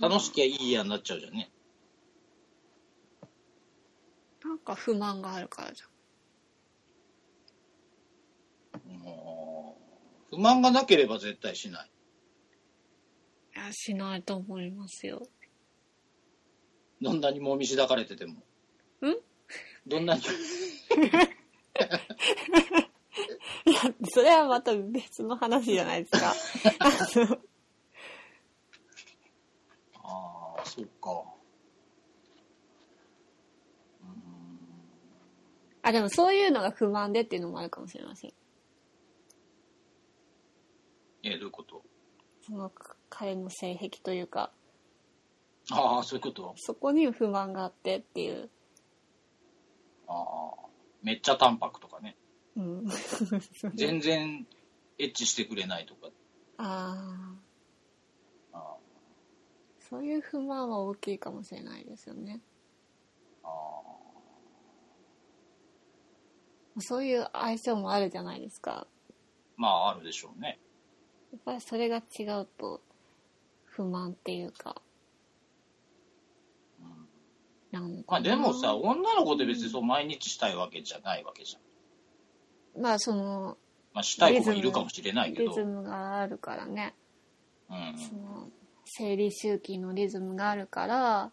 B: 楽しきゃいいやになっちゃうじゃんね。
A: なんか不満があるからじゃん。
B: もう不満がなければ絶対しない。
A: いや、しないと思いますよ。
B: どんなにもみしだかれてても。
A: ん
B: どんなに。
A: いや、それはまた別の話じゃないですか。あの
B: ああ、そうか。うーん
A: あ、でもそういうのが不満でっていうのもあるかもしれません。
B: え、どういうこと
A: その彼の性癖というか、
B: ああ、そういうこと
A: そこに不満があってっていう。
B: ああ、めっちゃ淡白とかね。
A: うん。
B: 全然エッチしてくれないとか。
A: ああ、
B: あ
A: そういう不満は大きいかもしれないですよね。
B: ああ
A: そういう相性もあるじゃないですか。
B: まあ、あるでしょうね。
A: やっぱりそれが違うと不満っていうか。
B: うん
A: なん
B: ま
A: か
B: あ、
A: な
B: でもさ、女の子って別にそう毎日したいわけじゃないわけじゃん。
A: まあその、
B: まあ、したい子もいるかもしれないけ
A: リ
B: ど。
A: ズムがあるからね。
B: うん。うん
A: その、生理周期のリズムがあるから、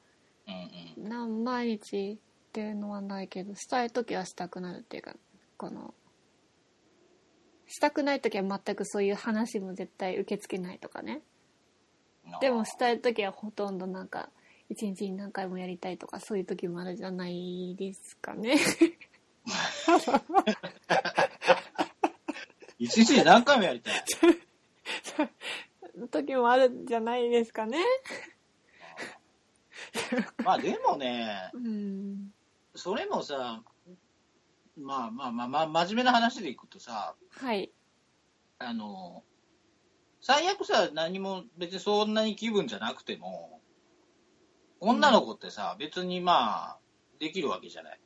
B: うん。
A: な毎日っていうのはないけどしたい時はしたくなるっていうかこのしたくない時は全くそういう話も絶対受け付けないとかねでもしたい時はほとんどなんか一日に何回もやりたいとかそういう時もあるじゃないですかね
B: 一日に何回もや りたい。
A: 時もあるじゃないですかね
B: まあ、でもね、
A: うん
B: それもさ、まあまあまあ、まあ、真面目な話でいくとさ、
A: はい
B: あの、最悪さ、何も別にそんなに気分じゃなくても、女の子ってさ、別にまあ、できるわけじゃない。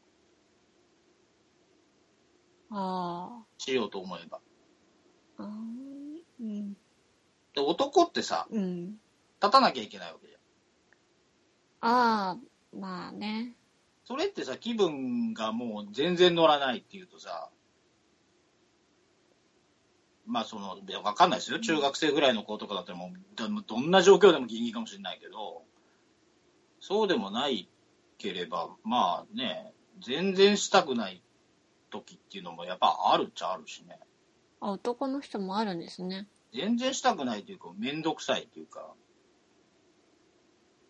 A: あ
B: しようと思えば。
A: ーあーうん
B: で男ってさ、
A: うん
B: 立たなきゃいけないわけじゃん。
A: ああまあね
B: それってさ、気分がもう全然乗らないっていうとさ、まあその、でわかんないですよ。中学生ぐらいの子とかだったらもう、どどんな状況でもギリギリかもしれないけど、そうでもないければ、まあね、全然したくない時っていうのもやっぱあるっちゃあるしね。
A: あ男の人もあるんですね
B: 全然したくないというか、めんどくさいっていうか、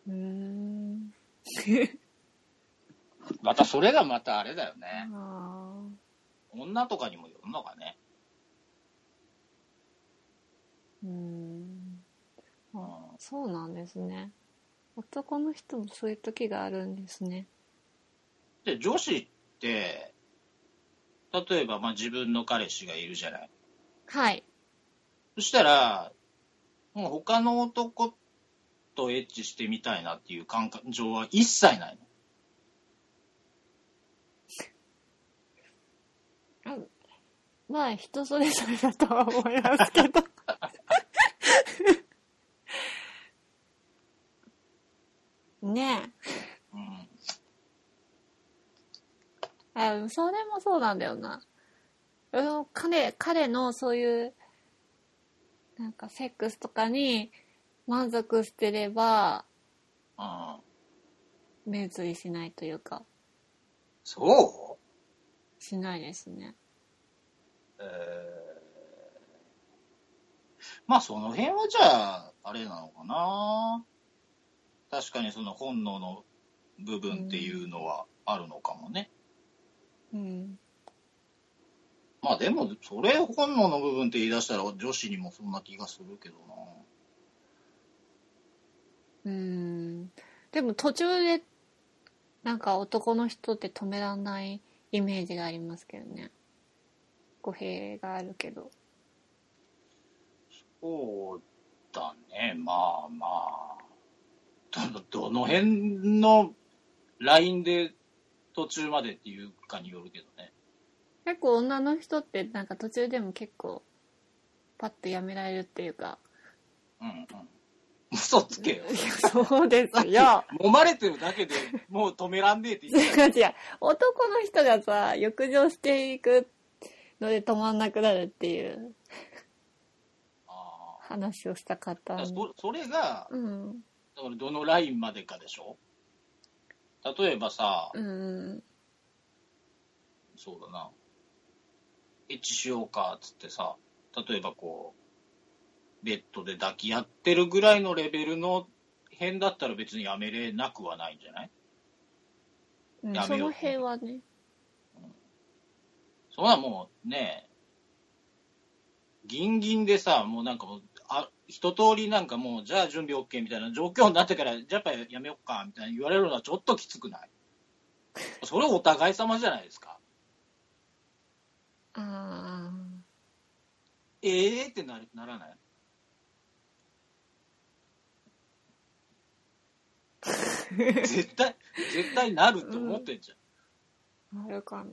A: うーん
B: またそれがまたあれだよね。
A: あー
B: 女とかにもよるのかね。
A: うーん
B: うん
A: あそうなんですね男の人もそういう時があるんですね
B: で女子って例えばまあ自分の彼氏がいるじゃない
A: はい
B: そしたらもう他の男とエッチしてみたいなっていう感情は一切ないの
A: あまあ人それぞれだとは思いますけど ねあそれもそうなんだよな。うん彼、彼のそういう、なんかセックスとかに満足してれば、
B: ああ、
A: 目移りしないというか、
B: そ
A: しないですね。
B: うえーまあその辺はじゃあ、あれなのかな。確かにその本能の部分っていうのはあるのかもね。
A: うん。
B: まあでも、それ本能の部分って言い出したら女子にもそんな気がするけど
A: う
B: な。
A: ん。でも途中で、なんか男の人って止めらんないイメージがありますけどね。語弊があるけど。
B: そうだね、まあまあ。どのどの辺のラインで途中までっていうかによるけどね。
A: 結構女の人ってなんか途中でも結構パッとやめられるっていうか
B: うんうん。嘘つけよ。
A: いやそうですよ
B: 揉まれてるだけでもう止めらんねえって
A: 違う
B: 言 ってたよ。
A: 違う男の人がさ浴場していくので止まんなくなるっていう
B: あ
A: 話をしたかっ
B: あ
A: た
B: だ
A: ん
B: から
A: で
B: そそれが、
A: うん
B: だからどのラインまでかでしょ例えばさ、
A: うん
B: そうだな。エッチしようか、つってさ、例えばこう、ベッドで抱き合ってるぐらいのレベルの辺だったら別にやめれなくはないんじゃない
A: うん
B: や
A: そ
B: めよ
A: の
B: う
A: 辺はね
B: そんなもうね、ギンギンでさ、もうなんかもう、あ一通りなんかもう、じゃあ準備 OK みたいな状況になってから、じゃあやっぱりやめよっか、みたいな言われるのはちょっときつくないそれお互い様じゃないですか。
A: あ
B: ええー、ってなるなら ない絶対絶対なるって思ってんじゃん、
A: ああるかな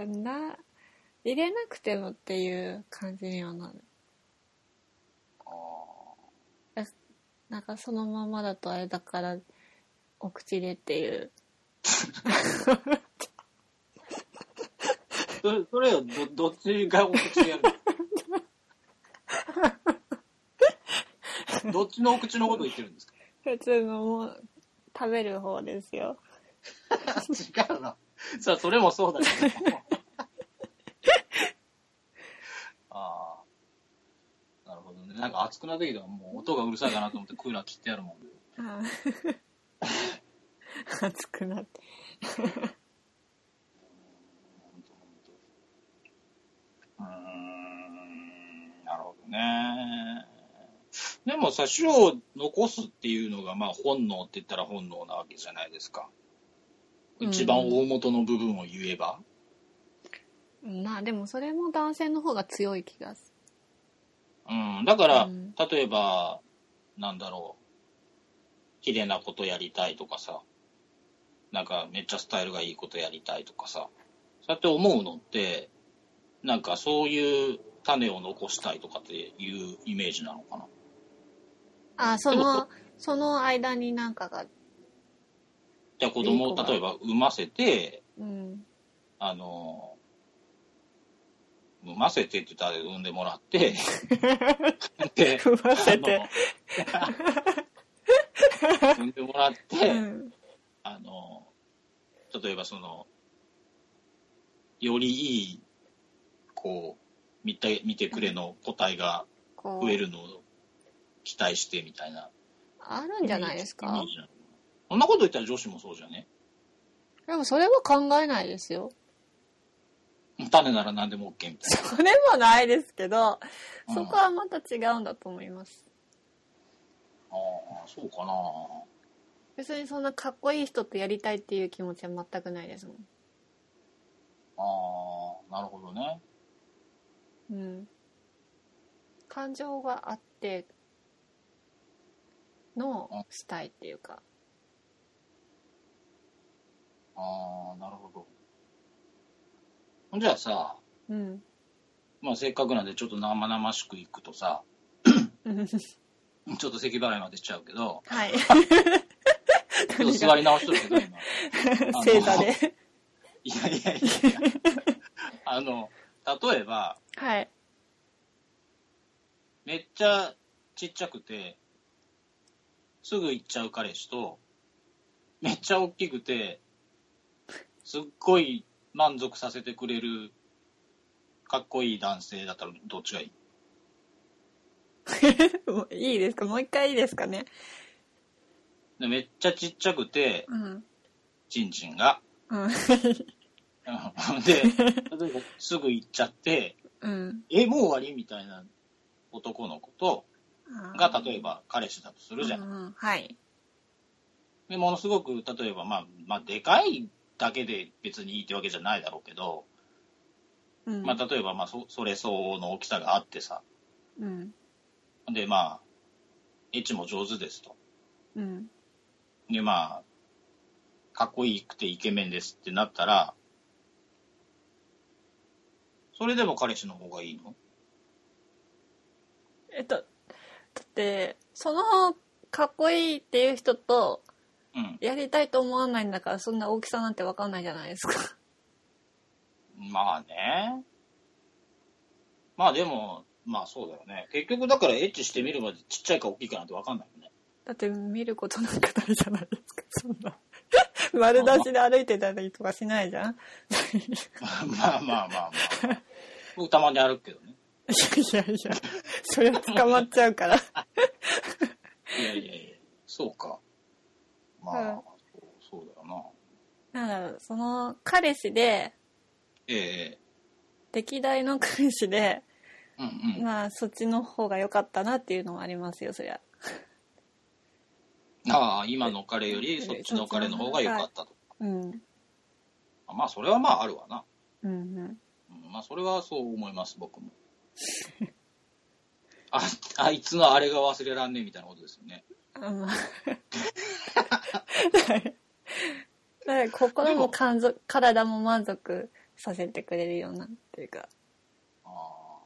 A: あな入れなくてもっていう感じにはなる
B: あ
A: なんかそのままだとあれだからお口でっていう
B: ーそれそれをどどっちがお口 でやるのどっちのお口のこと言ってるんですか
A: 普通のもう食べる方ですよ
B: 違うな。さあ、それもそうだけど。 ああ。なるほどね。なんか暑くなってきたから、もう音がうるさいかなと思ってクーラー切ってやるもん。
A: ああ熱くなって
B: うーん、なるほどね。でもさ、種を残すっていうのが、まあ、本能って言ったら本能なわけじゃないですか。
A: うん
B: 一番大元の部分を言えば。
A: まあでもそれも男性の方が強い気がす
B: うん、だから、
A: うん
B: 例えば、なんだろう、綺麗なことやりたいとかさ、なんかめっちゃスタイルがいいことやりたいとかさ、そうやって思うのって、なんかそういう種を残したいとかっていうイメージなのかな。
A: るああそ
B: でも
A: のその間になんかが
B: じゃあ子
A: いい
B: 供
A: 子
B: を
A: が
B: 例えば産ませて、
A: うん
B: あの、産ませてって言ったら産んでもらって、で、
A: 踏ませて
B: あの産んでもらって、
A: うん
B: あの、例えばその、よりいい、こう、見て、見てくれの個体が
A: こ
B: 増え
A: う
B: るのを期待してみたいな。
A: あるんじゃないです
B: イメ
A: か
B: ージなのそんなこと言ったら女子もそうじゃね
A: でもそれは考えないですよ
B: 種なら何でも OK みたい
A: それもないですけど
B: な。
A: そこはまた違うんだと思います
B: うんああ、そうかな。
A: 別にそんなかっこいい人とやりたいっていう気持ちは全くないですもん
B: ああ、なるほどね。
A: うん、感情があってのしたいっていうか、
B: ああ、なるほど。ほんじゃあさ、
A: うん、
B: まあせっかくなんでちょっと生々しくいくとさ、
A: はい
B: ちょっと咳払いまでしちゃうけど、ちょっと座り直しとるけど、今。あの
A: 正座で。
B: いやいやいやいや。あの、例えば、
A: はい。
B: めっちゃちっちゃくて、すぐ行っちゃう彼氏と、めっちゃ大きくて、すっごい満足させてくれる、かっこいい男性だったらどっちがいい
A: もういいですかもう一回いいですかね。
B: でめっちゃちっちゃくて、
A: うん。
B: ちんちんが。
A: うん。
B: うんで、例えばすぐ行っちゃって、
A: うん。
B: え、もう終わりみたいな男の子と、が例え
A: ば、
B: ば彼氏だとするじゃん。
A: うんうん。はい。
B: でものすごく例えば、まあ、まあでかいだけで別にいいってわけじゃないだろうけど、
A: うん。
B: まあ、例えば、まあそ、それ相応の大きさがあってさ
A: うん。
B: でまあエッチも上手ですと
A: うん。
B: でまあかっこいいくてイケメンですってなったらそれでも彼氏の方がいいの
A: えっと、だって、その、かっこいいっていう人と、
B: うん
A: やりたいと思わないんだから、そんな大きさなんてわかんないじゃないですか。
B: まあねまあでもまあそうだよね結局だからエッチしてみるまでちっちゃいか大きいかなんて分かんない もんね
A: だって見ることなんかないじゃないですか、そんな。丸出しで歩いてたりとかしないじゃん。い
B: まあまあまあまあ、まあ、僕たまに歩くけどね
A: やいやいや、それ捕まっちゃうから。
B: いやいやいや、そうか。まあ、
A: うん
B: そうそうだよな。
A: なんだろう、その、彼氏で、
B: ええ
A: 歴代の彼氏で、
B: うんうん。
A: まあ、そっちの方が良かったなっていうのもありますよ、そりゃ。
B: ああ、今の彼よりそっちの彼の方が良かったと。
A: うん。
B: まあ、それはまああるわな。
A: うんうん。
B: うんまあ、それはそう思います、僕 も。ああいつのあれが忘れらんねえみたいなことですよね。
A: あ まあ。はいだから心も満足、体も満足させてくれるようなっていうか。
B: ああ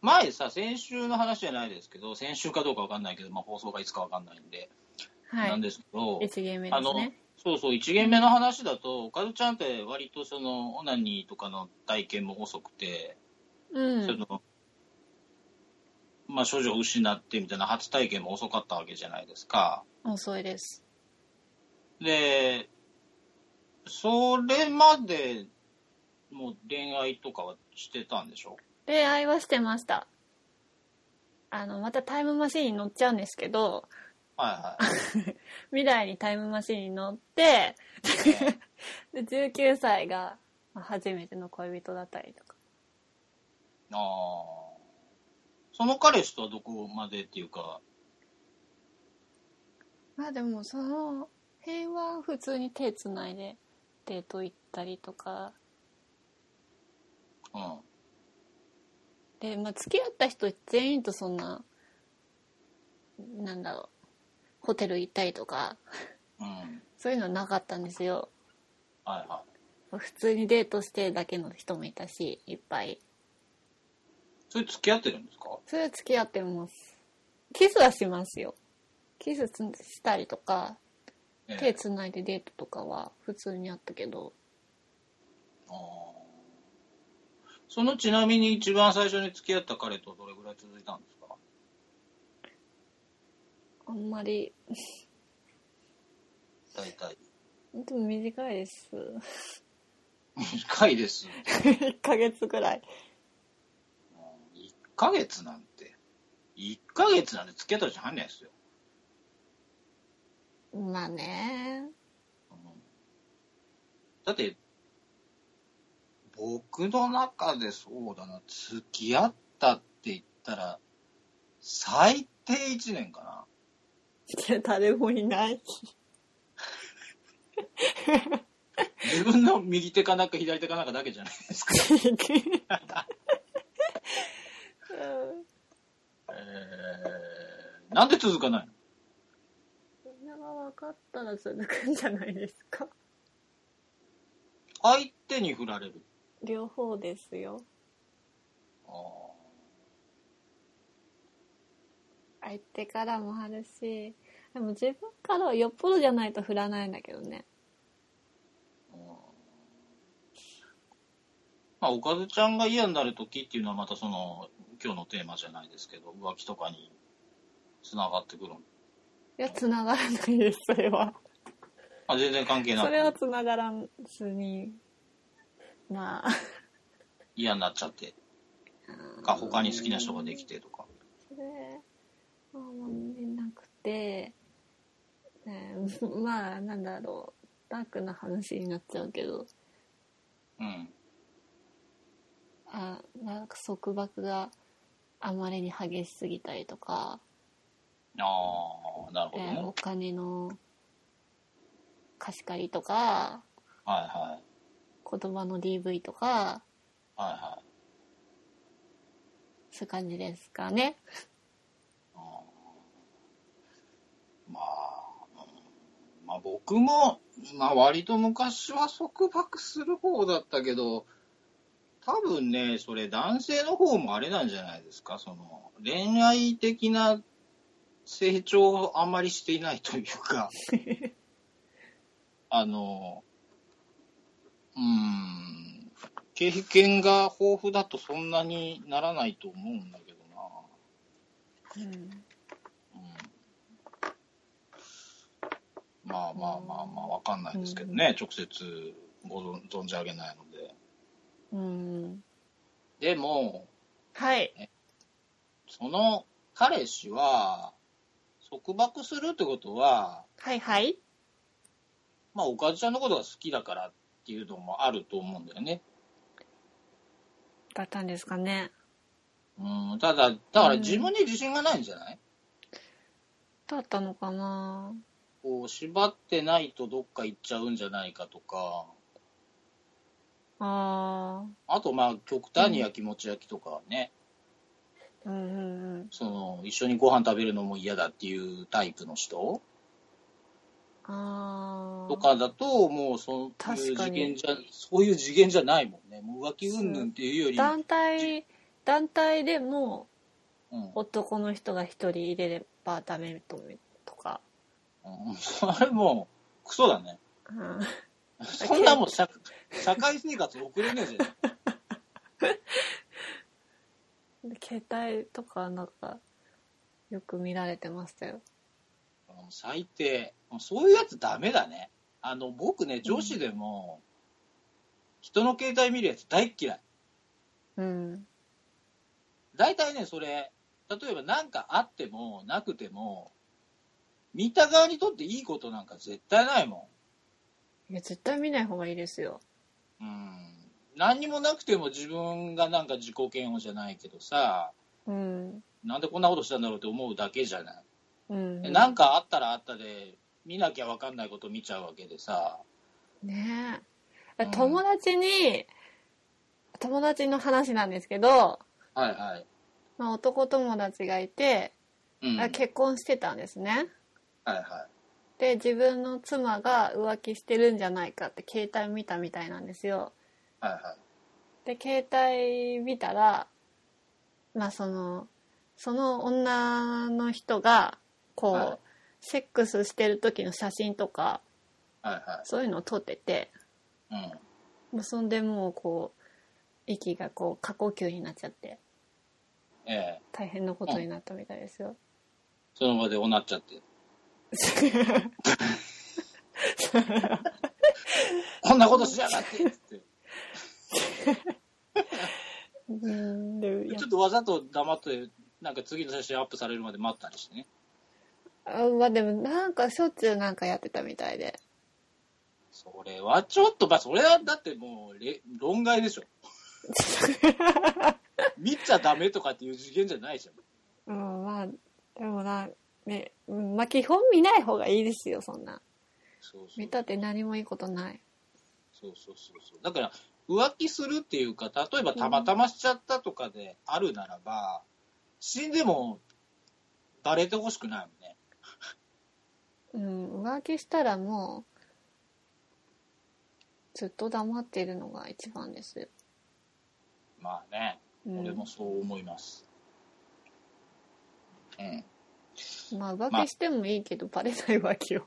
B: 前さ、先週の話じゃないですけど、先週かどうかわかんないけど、まあ、放送がいつかわかんないんで、
A: は
B: なん
A: い。
B: ですけど、
A: 1ゲーム
B: あ
A: です
B: の
A: ね。
B: そうそう1限目の話だとカズちゃんって割とそのオナニーとかの体験も遅くて、
A: う
B: そ
A: ん。
B: のまあ、処女を失ってみたいな初体験も遅かったわけじゃないですか
A: 遅いです。
B: でそれまでもう恋愛とかはしてたんでしょ
A: 恋愛はしてました。あの、またタイムマシーンに乗っちゃうんですけど、
B: はいはい
A: 未来にタイムマシーンに乗って、 で19歳がまあ初めての恋人だったりとか。
B: ああその彼氏とはどこまでっていうか
A: まあでも、その、平和は普通に手つないでデート行ったりとか、
B: うん
A: で、まあ付き合った人全員とそんな、なんだろう、ホテル行ったりとか、
B: うん
A: そういうのなかったんですよ。
B: はいはい
A: 普通にデートしてだけの人もいたしいっぱい
B: それ付き合ってるんですか
A: それは付き合ってますキスはしますよキスつしたりとか
B: ええ
A: 手つないでデートとかは普通にあったけど
B: あーそのちなみに一番最初に付き合った彼とどれぐらい続いたんですか
A: あんまり
B: 大体。
A: でも短いです
B: 短いです。
A: 1ヶ月ぐらい
B: 1ヶ月なんて。1ヶ月なんて付き合った人入んないですよ。
A: まあね
B: うんだって、僕の中でそうだな、付き合ったって言ったら、最低1年かな。
A: いや誰もいない
B: 自分の右手かなんか左手かなんかだけじゃないですか。
A: う
B: えー、なんで続かないの
A: んみんなが分かったら続くんじゃないですか
B: 相手に振られる。
A: 両方ですよ
B: あー
A: 相手からもあるしでも自分からはよっぽどじゃないと振らないんだけどね。
B: まあ、おかずちゃんが嫌になるときっていうのはまたその今日のテーマじゃないですけど浮気とかにつながってくる
A: いや、繋がらないです、それは。
B: あ全然関係な
A: それはい繋がらずに、まあ、
B: 嫌になっちゃってか他に好きな人ができてとか
A: それはもうなくて、ね、まあ、なんだろう、ダークな話になっちゃうけど、
B: うん
A: あなんか束縛があまりに激しすぎたりとか、
B: ああなる
A: え
B: ほど
A: ーお
B: ね、
A: 金の貸し借りとか、
B: はいはい
A: 言葉の DV とか、
B: はいはい
A: そういう感じですかね。
B: あーまあ、うんまあ僕も、まあ割と昔は束縛する方だったけど、多分ね、それ男性の方もあれなんじゃないですか、その恋愛的な成長をあんまりしていないというか、あの、うーん、経験が豊富だとそんなにならないと思うんだけどな。うんまあまあまあまあ、わかんないですけどね、直接ご存存じ上げないので。
A: うん。うん。
B: でも、
A: はい。
B: その彼氏は、束縛するってことは、
A: はいはい。
B: まあ、おかずちゃんのことが好きだからっていうのもあると思うんだよね。
A: だったんですかね。
B: うん、ただ、だから
A: うん
B: 自分に自信がないんじゃない、
A: だったのかな
B: こう、縛ってないとどっか行っちゃうんじゃないかとか、
A: あ
B: あと、まあ、極端に焼きもち焼きとかはね、
A: ー。うんうんうん。
B: その、一緒にご飯食べるのも嫌だっていうタイプの人、
A: あー。
B: とかだと、もうそういう
A: 確か
B: 次
A: に
B: 元じゃ、そういう次元じゃないもんね。もう浮気云々っていうより、
A: 団体、団体でも
B: うんうん
A: 男の人が一人入れればダメと思うとか。
B: それもう、クソ だね。
A: うん。
B: そんなもん社、社会生活送れねえじゃん。
A: 携帯とかなんか、よく見られてましたよ。
B: うん最低。そういうやつダメだね。あの、僕ね、女子でも、人の携帯見るやつ大っ嫌い。
A: うん。
B: 大体ね、それ、例えば何かあっても、なくても、見た側にとっていいことなんか絶対ないもん。
A: いや、絶対見ない方がいいですよ。
B: うん何にもなくても自分がなんか自己嫌悪じゃないけどさ
A: うん。
B: なんでこんなことしたんだろうって思うだけじゃない、
A: うん。
B: でなんかあったらあったで見なきゃ分かんないこと見ちゃうわけでさ
A: ねえ
B: うん
A: 友達に、友達の話なんですけど、
B: はいはい、
A: まあ、男友達がいて、
B: うん、はい
A: 結婚してたんですね
B: は
A: で自分の妻が浮気してるんじゃないかって携帯見たみたいなんですよ
B: いはいはい
A: で携帯見たらまあそのその女の人がこう、
B: はい
A: セックスしてる時の写真とか
B: はいは
A: そういうのを撮ってて
B: いうん
A: もうそんでもうこう息がこう過呼吸になっちゃって
B: ええ
A: 大変なことになったみたいですよ。
B: その場でおなっち ゃってこんなことしやがってっつって
A: うん、でいや
B: ちょっとわざと黙ってなんか次の写真アップされるまで待ったりしてね
A: あまあでもなんかしょっちゅうなんかやってたみたいで。
B: それはちょっとまあそれはだってもうれ論 外でしょ見ちゃダメとかっていう次元じゃないじゃ
A: う
B: ん
A: ん、まあでもなね、うんまあ基本見ない方がいいですよそんな。
B: そうそう
A: 見たって何もいいことない。
B: そうそうそうそうだから浮気するっていうか例えばたまたましちゃったとかであるならば、死んでもバレてほしくないもんね
A: うん、浮気したらもうずっと黙っているのが一番ですよ。
B: まあね
A: うん
B: 俺もそう思いますうん、
A: まあ浮
B: まあ
A: 気してもいいけど、バレない浮気を。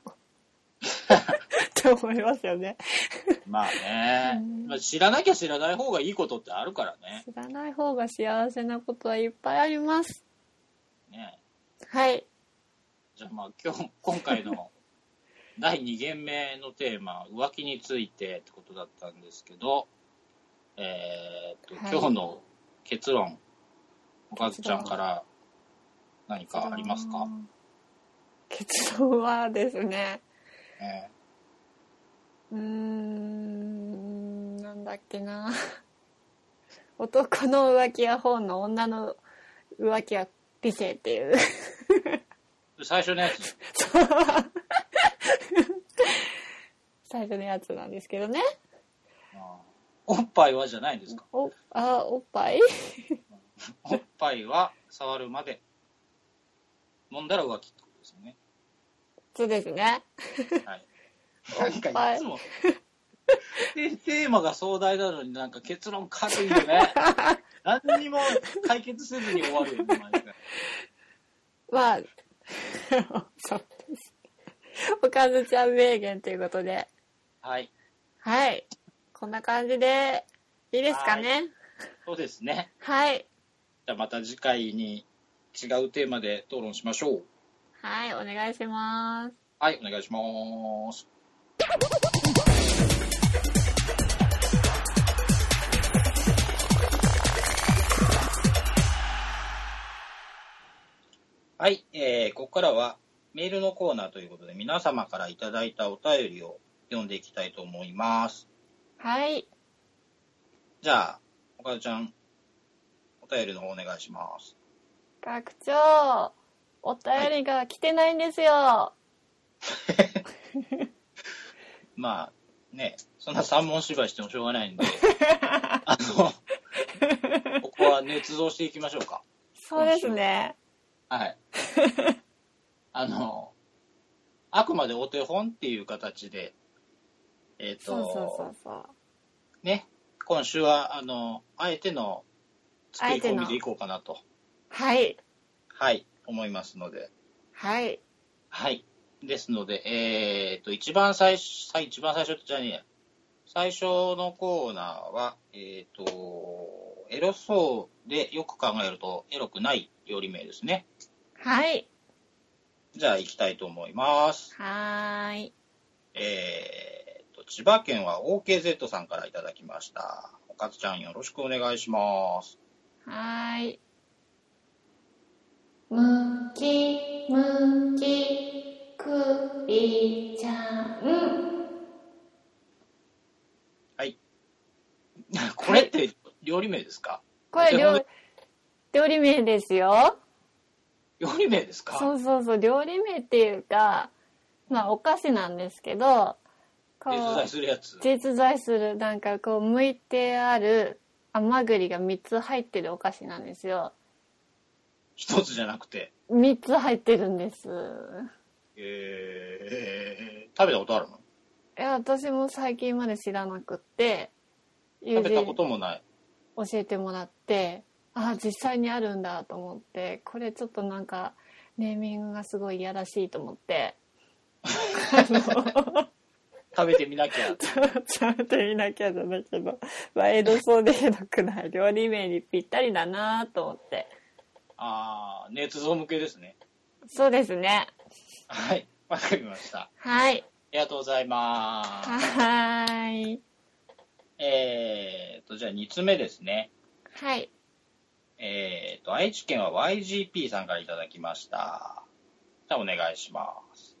A: って思いますよね。
B: まあね
A: うん、
B: まあ知らなきゃ知らない方がいいことってあるからね。
A: 知らない方が幸せなことはいっぱいあります。
B: ね
A: はい。
B: じゃあまあ今日、今回 の第2限目のテーマ、浮気についてってことだったんですけど、えーっと、
A: はい
B: 今日の結論、おかずちゃんから何かありますか、
A: 結論はですね、
B: え
A: うーん、なんだっけな。男の浮気は本能、女の浮気は理性っていう。
B: ー最初のや つ、
A: 最初のやつなんですけどね。
B: あーおっぱいはじゃないんですか
A: お、あ、おっぱい
B: おっぱいは触るまで揉んだら浮気ってことですよね。
A: そうですね。
B: はい。なんかいつも、テテーマが壮大なのになんか結論軽いよ ね。何にも解決せずに終わるよね、毎回。
A: まあ、 そうですおかずちゃん名言ということで。
B: はい。
A: はい。こんな感じで、いいですかね。
B: そうですね。
A: はい。
B: じゃあまた次回に違うテーマで討論しましょう。
A: はい、お願いします。
B: はい、お願いします。はい、えー、ここからはメールのコーナーということで皆様からいただいたお便りを読んでいきたいと思います。
A: はい。
B: じゃあ、岡田ちゃん、お便りの方お願いします。
A: 学長、お便りが来てないんですよ。
B: まあね、そんな三文芝居してもしょうがないん で、あの、ここは捏造していきましょうか。
A: そうですね。
B: はい。あの、あくまでお手本っていう形で、えっ、と
A: そうそうそうそう。
B: ね、今週は、あの、あえての作り込
A: あえて
B: み
A: の
B: でいこうかなと、
A: はい。
B: はい、思いますので、
A: はい。
B: はい。ですので、えっ、と、一番最初、最一番最初じゃねえや最初のコーナーは、えっ、と、エロそうでよく考えるとエロくない料理名ですね。
A: はい。
B: じゃあ行きたいと思います。
A: はーい。
B: えー、と、千葉県は OKZ さんからいただきました。おかずちゃんよろしくお願いします。
A: はーい。むきむきくりちゃん。
B: これって料理名ですか
A: これ
B: お手本
A: 料料理名ですよ。
B: 料理名ですか
A: そうそうそう、料理名っていうか、まあお菓子なんですけど、こう
B: 実在するやつ。
A: 実在する、なんかこう、剥いてある甘栗が3つ入ってるお菓子なんですよ。
B: 一つじゃなくて。
A: 3つ入ってるんです。
B: えー、食べたことあるの
A: いや、私も最近まで知らなくって、友
B: 食べたこ
A: 人
B: ともない。
A: 教えてもらって、ああ、実際にあるんだと思って、これちょっとなんか、ネーミングがすごいいやらしいと思って、
B: 食べてみなきゃ。
A: ちゃんと見なきゃじゃないけど、まあ、エロそうでエロくない料理名にぴったりだなと思って。
B: あー、熱造向けですね。
A: そうですね。
B: はい。わかりました。あ
A: はい。
B: りがとうございます。
A: はーい。
B: えーと、じゃあ2つ目ですね。
A: はい。
B: えー、と、愛知県は YGP さんからいただきました。じゃあお願いします。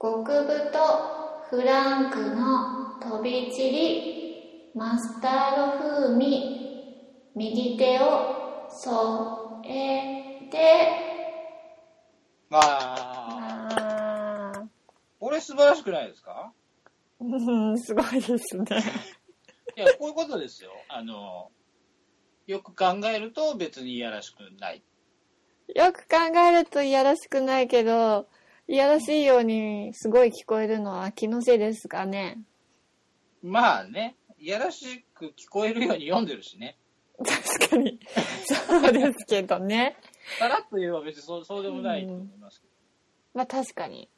A: 極太フランクの飛び散り、マスタード風味、右手を添えて。
B: まあ、これ素晴らしくないですか
A: うん、すごいですね。
B: いや、こういうことですよ。あの、よく考えると別にいやらしくない。
A: よく考えるといやらしくないけど、いやらしいようにすごい聞こえるのは気のせいですかね。
B: まあね、いやらしく聞こえるように読んでるしね。
A: 確かに。そうですけどね。
B: さらっと言えば別にそうそうでもないと思いますけ
A: まあ確かに、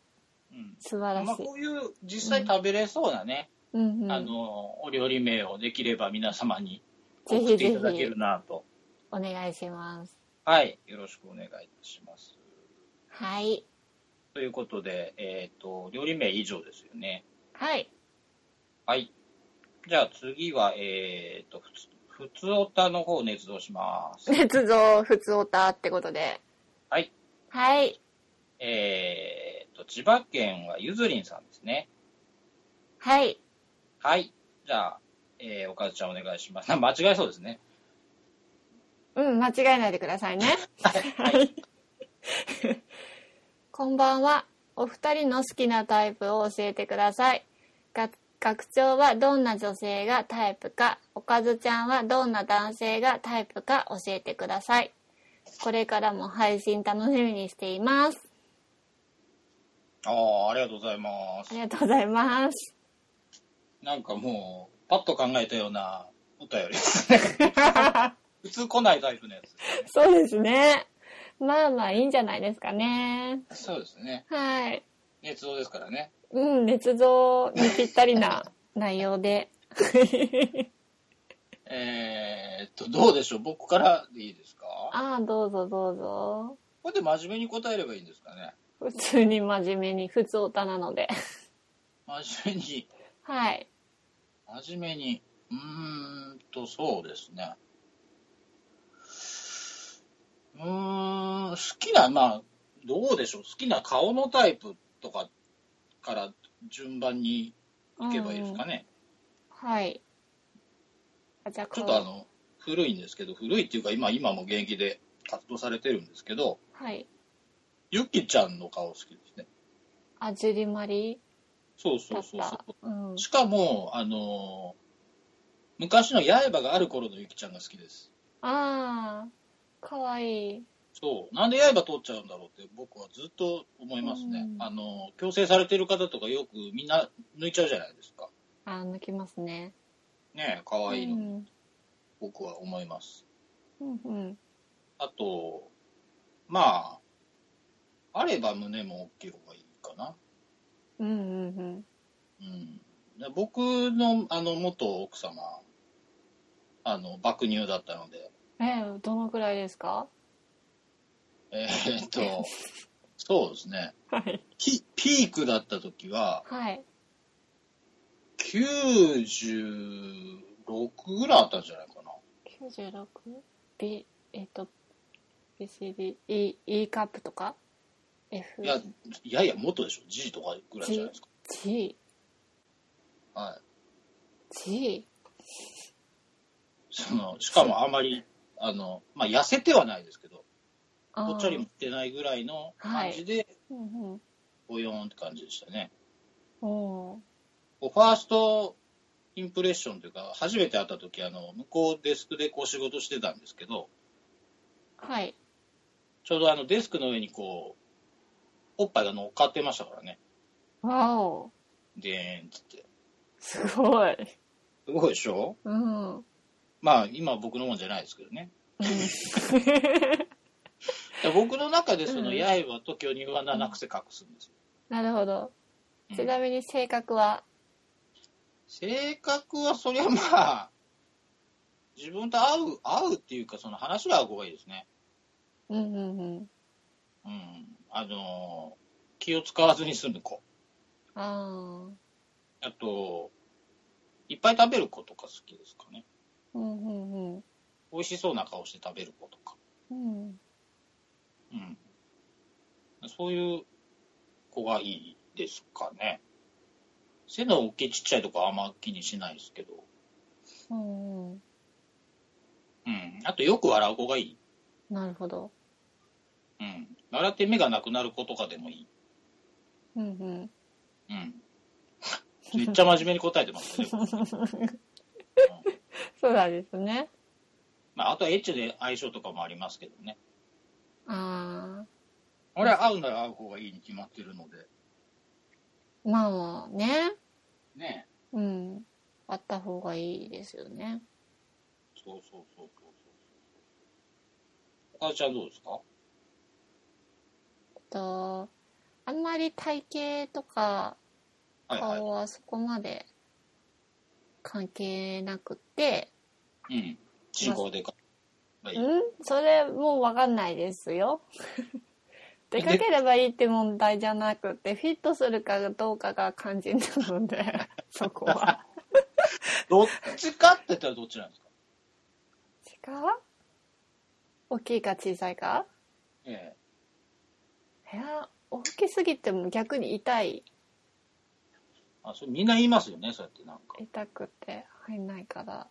B: ど、うん
A: 素晴ら
B: まあ、
A: しい
B: こ。ういう実際食べれそうなね、
A: うんうん、
B: あのお料理名をできれば皆様に
A: ぜひ
B: 送って
A: ぜ
B: い
A: ひ
B: ただけるなと
A: お願いします。
B: はいよろしくお願いいたします
A: はい。
B: ということでえっ、と料理名以上ですよね
A: はい。
B: はいじゃあ次はえっ、とふつふつおたの方を熱動 します
A: 捏造、普通オタってことで。
B: はい。
A: はい。
B: えっと千葉県はゆずりんさんですね
A: はい。
B: はいじゃあ、えーおかずちゃんお願いします間違えそうですね
A: うん、間違えないでくださいね。はい。こんばんは。お二人の好きなタイプを教えてください。が学長はどんな女性がタイプか、おかずちゃんはどんな男性がタイプか教えてください。これからも配信楽しみにしています。
B: ああありがとうございます
A: ありがとうございます。
B: なんかもう、パッと考えたようなお便り ですね。普通来ないタイプのやつですね。
A: そうですね。まあまあいいんじゃないですかね。
B: そうですね。
A: はい。
B: 熱動ですからね。
A: うん、捏造にぴったりな 内容 で。
B: えー、っと、どうでしょう僕からでいいですか
A: ああ、どうぞどうぞ。
B: これで真面目に答えればいいんですかね
A: 普通に真面目に、普通オタなので。
B: 真面目に、
A: はい。
B: 真面目に。うーんと、そうですね。うーん、好きな、まあ、どうでしょう好きな顔のタイプとかから順番にいけばいいですかね、
A: うんはい。あ、じゃあ、
B: ちょっとあ
A: こ
B: の、古いんですけど、古いっていうか今、今も現役で活動されてるんですけど、
A: うはい。
B: ゆきちゃんの顔好きですね。
A: あ、ジュリマリ
B: そうそ
A: だ
B: う
A: っ
B: そう
A: た
B: そ。
A: うん
B: う。。しかも、あのー昔の刃がある頃のゆきちゃんが好きです。
A: ああ、かわいい。
B: そう。なんで刃通っちゃうんだろうって僕はずっと思いますね。
A: うん
B: あのー強制されてる方とかよくみんな抜いちゃうじゃないですか。
A: あー、抜きますね。
B: ねえ、可愛いの、
A: うん。
B: 僕は思います。
A: うんうん。
B: あと、まあ、あれば胸も大きい方がいいかな。
A: うんうんうん。
B: うんで僕のあの元奥様あの爆乳だったので
A: えー、どのくらいですか
B: えーっとそうですね
A: はい。
B: ピピークだった時は
A: はい。
B: 96ぐらいあったんじゃないかな
A: 96B えっと BCD E, e カップとか
B: いやいやいやもっとでしょ G とかぐらいじゃないですか
A: FGG
B: はいそのしかもあまりあのまあ痩せてはないですけどぽっちゃりもしてないぐらいの感じで
A: うんうん
B: ボヨーンって感じでしたね、
A: おー
B: こうファーストインプレッションというか、初めて会った時あの向こうデスクでこう仕事してたんですけど、
A: はい
B: ちょうどあのデスクの上にこう、おっぱいが乗っかってましたからね。
A: わお
B: でーんっつって。
A: すごい
B: すごいでしょ
A: うん、うん、
B: まあ、今は僕のもんじゃないですけどね。で僕の中でその
A: うん
B: 刃と巨乳は七癖隠すんですよ。
A: なるほど
B: うん
A: ちなみに性格は
B: 性格はそりゃまあ、自分と合う、合うっていうか、その話が合う方がいいですね。
A: うんうんうん
B: うん。あのー気を使わずに済む子。
A: あ
B: あと、いっぱい食べる子とか好きですかね。
A: あうんうんうん
B: 美味しそうな顔して食べる子とか。
A: うん
B: うん。そういう子がいいですかね。背の大きいちっちゃいとかあんま気にしないですけど。
A: うんうん
B: うん。あとよく笑う子がいい。
A: なるほど
B: うん。笑って目がなくなる子とかでもいい。
A: うんうん
B: うん。 めっちゃ真面目に答えてますね。僕うん
A: そうなんですね
B: まあ、あとはエッチで相性とかもありますけどね。
A: ああ
B: 俺は合うなら合う方がいいに決まってるので。
A: まあまあね
B: ねえ。
A: うん。あった方がいいですよね。
B: そうそうそうそうそう。お母ちゃんどうですか
A: と、あんまり体型とか
B: はいはい
A: 顔はそこまで関係なくって、
B: うん。人口でか。はい
A: んそれもうわかんないですよ。出かければいいって問題じゃなくて、フィットするかどうかが肝心なの で、そこは。
B: どっちかって言ったらどっちなんですか
A: 違う大きいか小さいか
B: え
A: いや、大きすぎても逆に痛い、
B: えあ、それみんな言いますよね、そうやってなんか。
A: 痛くて入んないから。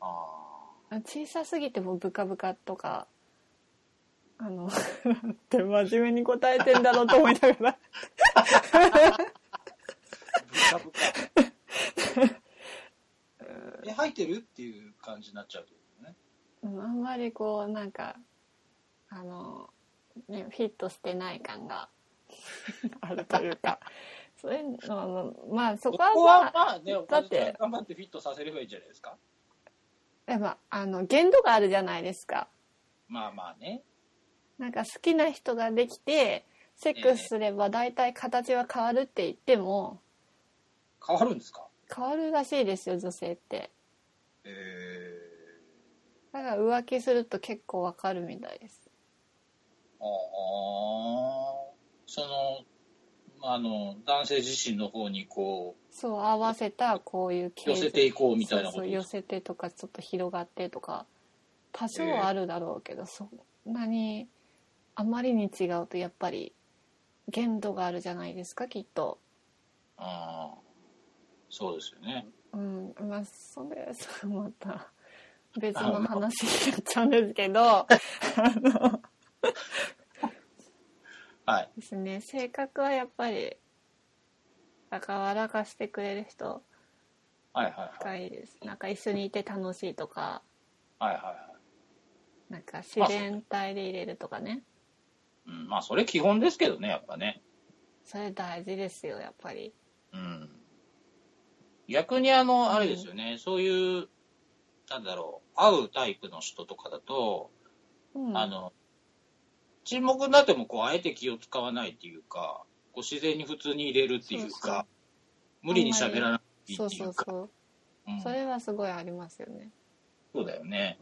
B: あ
A: 小さすぎてもブカブカとか、あの、なんて真面目に答えてんだろうと思いながら。
B: あ。ぶかぶか。 え、入ってるっていう感じになっちゃうってことね。
A: うんあんまりこう、なんか、あの、ね、フィットしてない感が あるというか、そういうのはまあ、まあ、そこは
B: こ
A: ま
B: は
A: あ、
B: まあね、
A: だって
B: 頑張ってフィットさせればいいじゃないですか。
A: やっぱ、あの、限度があるじゃないですか。
B: まあまあね。
A: なんか好きな人ができて、セックスすれば大体形は変わるって言っても、
B: 変わるんですか
A: 変わるらしいですよ、女性って。
B: え
A: だから浮気すると結構わかるみたいです。
B: ああ。その、まああの、男性自身の方にこ
A: そう、合わせたこういう
B: う、
A: 形
B: 寄せていこうみたいなこ
A: そう
B: と
A: そう
B: で
A: 寄
B: すか。
A: せてとかちょっと広がってとか多少はあるだろうけど、そんなにあまりに違うとやっぱり限度があるじゃないですかきっと。
B: ああ。そうですよね。
A: うん、まあそれそうまた別の話になっちゃうんですけどあの
B: はい。
A: ですね性格はやっぱり若々かしてくれる人
B: はいはいはい。
A: がいいですなんか一緒にいて楽しいとか
B: はいはいはい。
A: なんか自然体でいれるとかね
B: うん、まあそれ基本ですけどねやっぱね、
A: それ大事ですよやっぱり。
B: うん、逆にあのあれですよね、そういうなんだろう会うタイプの人とかだと、
A: うん
B: あの沈黙になってもこうあえて気を使わないっていうかこう自然に普通に入れるっていう
A: そうそう
B: か無理に喋らなくていい
A: そう
B: ってい
A: そうう
B: か
A: そう、
B: うん
A: それはすごいありますよね
B: そうだよね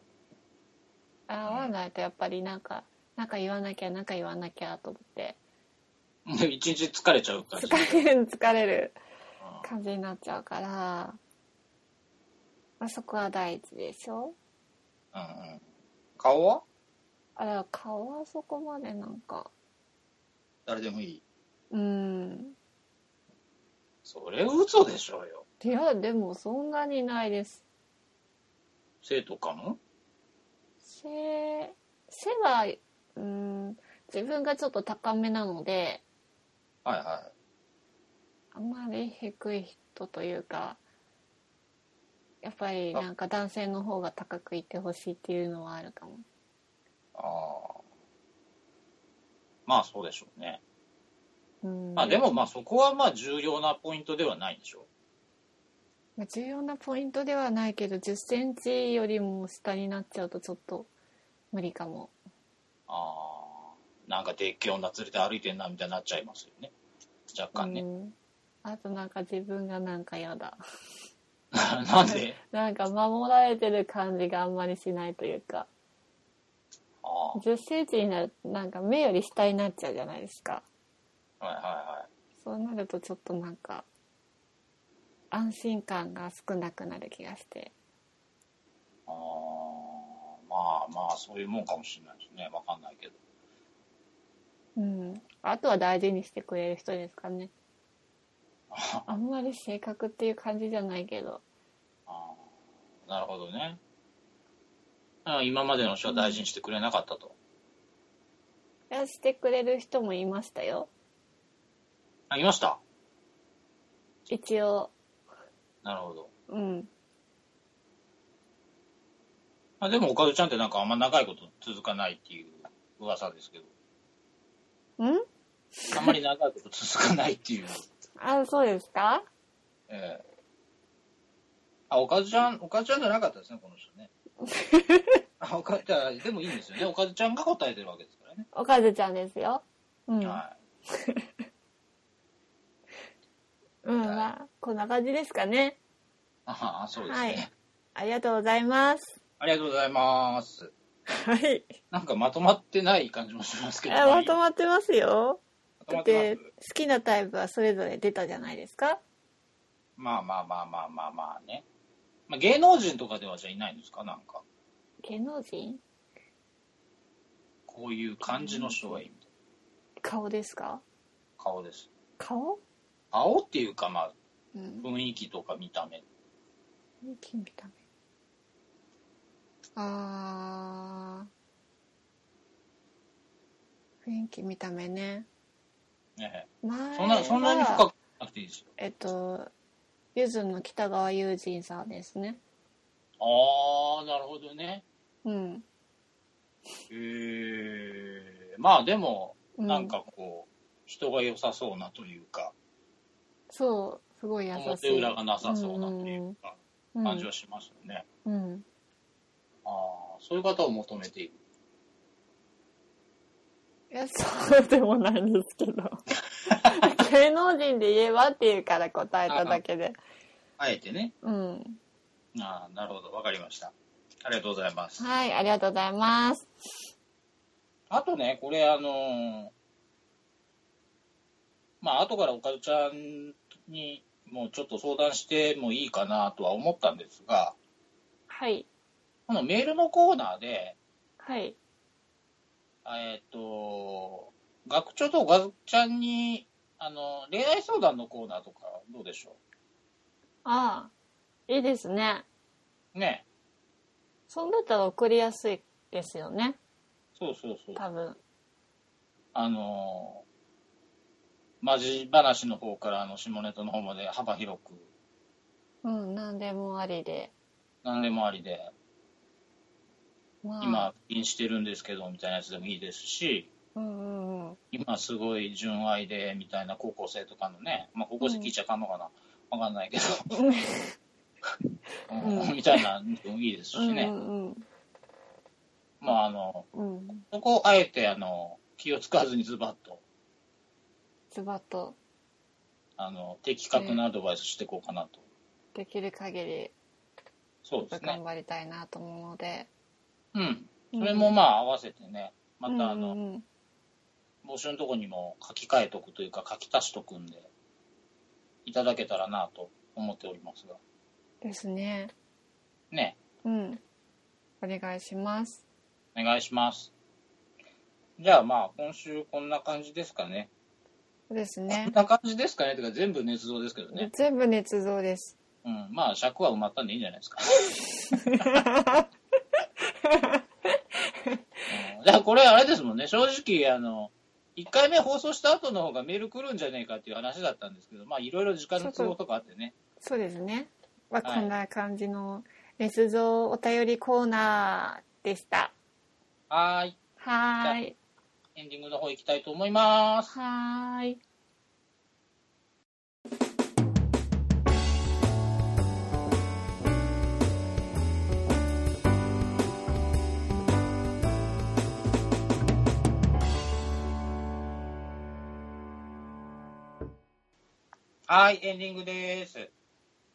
A: 合わないとやっぱりなんかなんか言わなきゃなんか言わなきゃと思って
B: で一日疲れちゃう感じ、うん
A: 疲れる疲れる感じになっちゃうから、まあ、そこは大事でしょ
B: うんうん、顔は
A: あら顔はそこまでなんか
B: 誰でもいい
A: うん
B: それ嘘でしょうよ
A: いやでもそんなにないです
B: 生徒かも
A: 背背はうん自分がちょっと高めなので
B: はいは
A: あんまり低い人というかやっぱりなんか男性の方が高くいてほしいっていうのはあるかも
B: いああまあそうでしょうね
A: うん
B: まあでもまあそこはまあ重要なポイントではないでしょ
A: まあ重要なポイントではないけど1 0センチよりも下になっちゃうとちょっと無理かも
B: ああ、なんかでっけえ女連れて歩いてんなみたいになっちゃいますよね。若干
A: う
B: ね。
A: んあとなんか自分がなんかやだ
B: なんで
A: なんか守られてる感じがあんまりしないというか
B: ああ、は
A: 1 0センチになるとなんか目より下になっちゃうじゃないですか
B: いはいは
A: そうなるとちょっとなんか安心感が少なくなる気がして
B: い。ああ、まあまあそういうもんかもしれないですね。わかんないけど。
A: うんあとは大事にしてくれる人ですかね
B: あ
A: あんまり性格っていう感じじゃないけど
B: あ、なるほどね。ああ今までの人は大事にしてくれなかったと。
A: いやしてくれる人もいましたよ
B: あ、いました
A: 一応
B: なるほど。
A: うん
B: あでも、おかずちゃんってなんかあんま長いこと続かないっていう噂ですけど、
A: うん
B: あんまり長いこと続かないっていう。
A: あそうですか
B: ええあ、おかずちゃん、おかずちゃんじゃな かったですね、この人ね。あ、おかずちゃん、でもいいんですよね。おかずちゃんが答えてるわけですからよね。
A: おかずちゃんですよ。うん。
B: は
A: うん、まあ、こんな感じですかね。
B: い。ああ、そうですね、
A: はいありがとうございます。
B: ありがとうございます。
A: はい。
B: なんかまとまってない感じもしますけ
A: え、
B: ど。
A: まとまってますよ。
B: まと
A: だ
B: ま
A: っ
B: っ
A: て、
B: てま
A: 好
B: す
A: きなタイプはそれぞれ出たじゃないですか。
B: まあまあまあまあまあまあね。まあ、芸能人とかではじゃいないんですかなんか。
A: 芸能人
B: こういう感じの人がいいみたい
A: 顔ですか
B: な顔です。
A: 顔
B: 顔っていうか、まあ、
A: うん。
B: 雰囲気とか見た目。
A: 金見た目。あー。雰囲気見た目ね。
B: ね
A: 前
B: そんな、そんなに
A: は
B: 深くなくていいですよ。
A: えっと、ゆずの北川悠仁さんですね。
B: ああ、なるほどね。
A: うん。
B: えー、まあでも、
A: う
B: なんかこう、人が良さそうなというか、
A: そう、すごい優しい。
B: 表裏がなさそうなというか、
A: うん
B: 感じはしますよね。
A: うん。
B: ああ、そういう方を求めている。
A: いや、そうでもないんですけ ど。芸能人で言えばっていうから答えただけで。
B: あえてね。
A: うん。
B: ああ、なるほど。わかりました。ありがとうございます。
A: はい、ありがとうございます。
B: あとね、これあのーまあ、後からおかずちゃんにもうちょっと相談してもいいかなとは思ったんですが、
A: はい、
B: このメールのコーナーで、
A: はい、
B: えーっと、学長とおかずちゃんに、あの、恋愛相談のコーナーとかどうでしょ
A: ああ、いいですね。
B: うね。
A: そんだったら送りやすいですよね、
B: そうそうそう。
A: 多分。
B: あのー、マジ話の方からあの下ネタの方まで幅広く
A: うん、なんでもありで。
B: 何でもありで
A: まあ、
B: 今インしてるんですけどみたいなやつでもいいですし
A: うんうんうん。
B: 今すごい純愛でみたいな高校生とかのね、まあ、高校生聞いちゃかんのかな、わかんないけど、
A: うん
B: うんみたいなのもいいですし
A: うんう
B: ね、
A: ん
B: まああの
A: うん。うん。
B: そこをあえてあの気を使わずにズバッと
A: ズバッと
B: あの的確なアドバイスしていこうかなと、
A: できる限り
B: そうですね
A: 頑張りたいなと思うので。
B: うんそれもまあ合わせてねまたあの、
A: うんうんうん
B: 募集のとこにも書き換えとくというか書き足しとくんでいただけたらなと思っておりますが
A: ですね。
B: ね
A: うん。お願いします。
B: お願いしますじゃあまあ今週こんな感じですかね
A: そうです
B: こ
A: ね
B: ん。な感じですかねっていうか全部捏造ですけどね、
A: 全部捏造 です。
B: うん、まあ尺は埋まったんでいいんじゃないですか、うん、じゃあこれあれですもんね正直あの1回目放送した後の方がメール来るんじゃねえかっていう話だったんですけどまあいろいろ時間の都合とかあってね
A: そうですね。まあ、
B: はい
A: こんな感じの捏造お便りコーナーでした。
B: はーい
A: はーい。
B: エンディングの方行きたいと思います
A: はーい。
B: はい、エンディングです。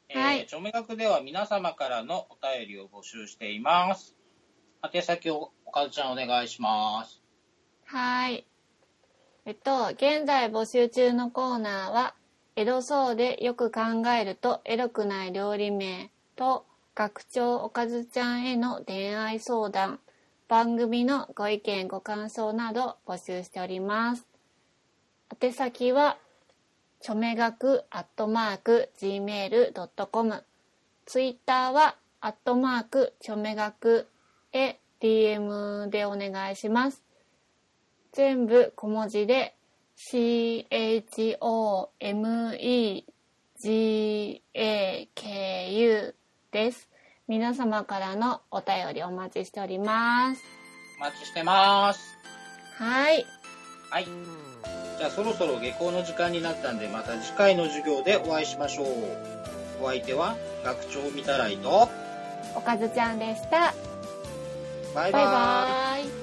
B: えー、
A: はい
B: チョメ学では皆様からのお便りを募集しています。宛先をおかずちゃんお願いします。
A: はーい。えっと、現在募集中のコーナーは、エロそうでよく考えるとエロくない料理名と、学長おかずちゃんへの恋愛相談、番組のご意見ご感想など募集しております。宛先は、ちょめがくアットマーク gmail.com、ツイッターは、アットマークちょめがくへ DM でお願いします。全部小文字で CHOMEGAKU です。皆様からのお便りお待ちしております。
B: お待ちしてます。
A: はい。
B: はい。じゃあそろそろ下校の時間になったんで、また次回の授業でお会いしましょう。お相手は学長見たらいと、
A: おかずちゃんでした。
B: バイバ
A: バイバ
B: イ。
A: イ。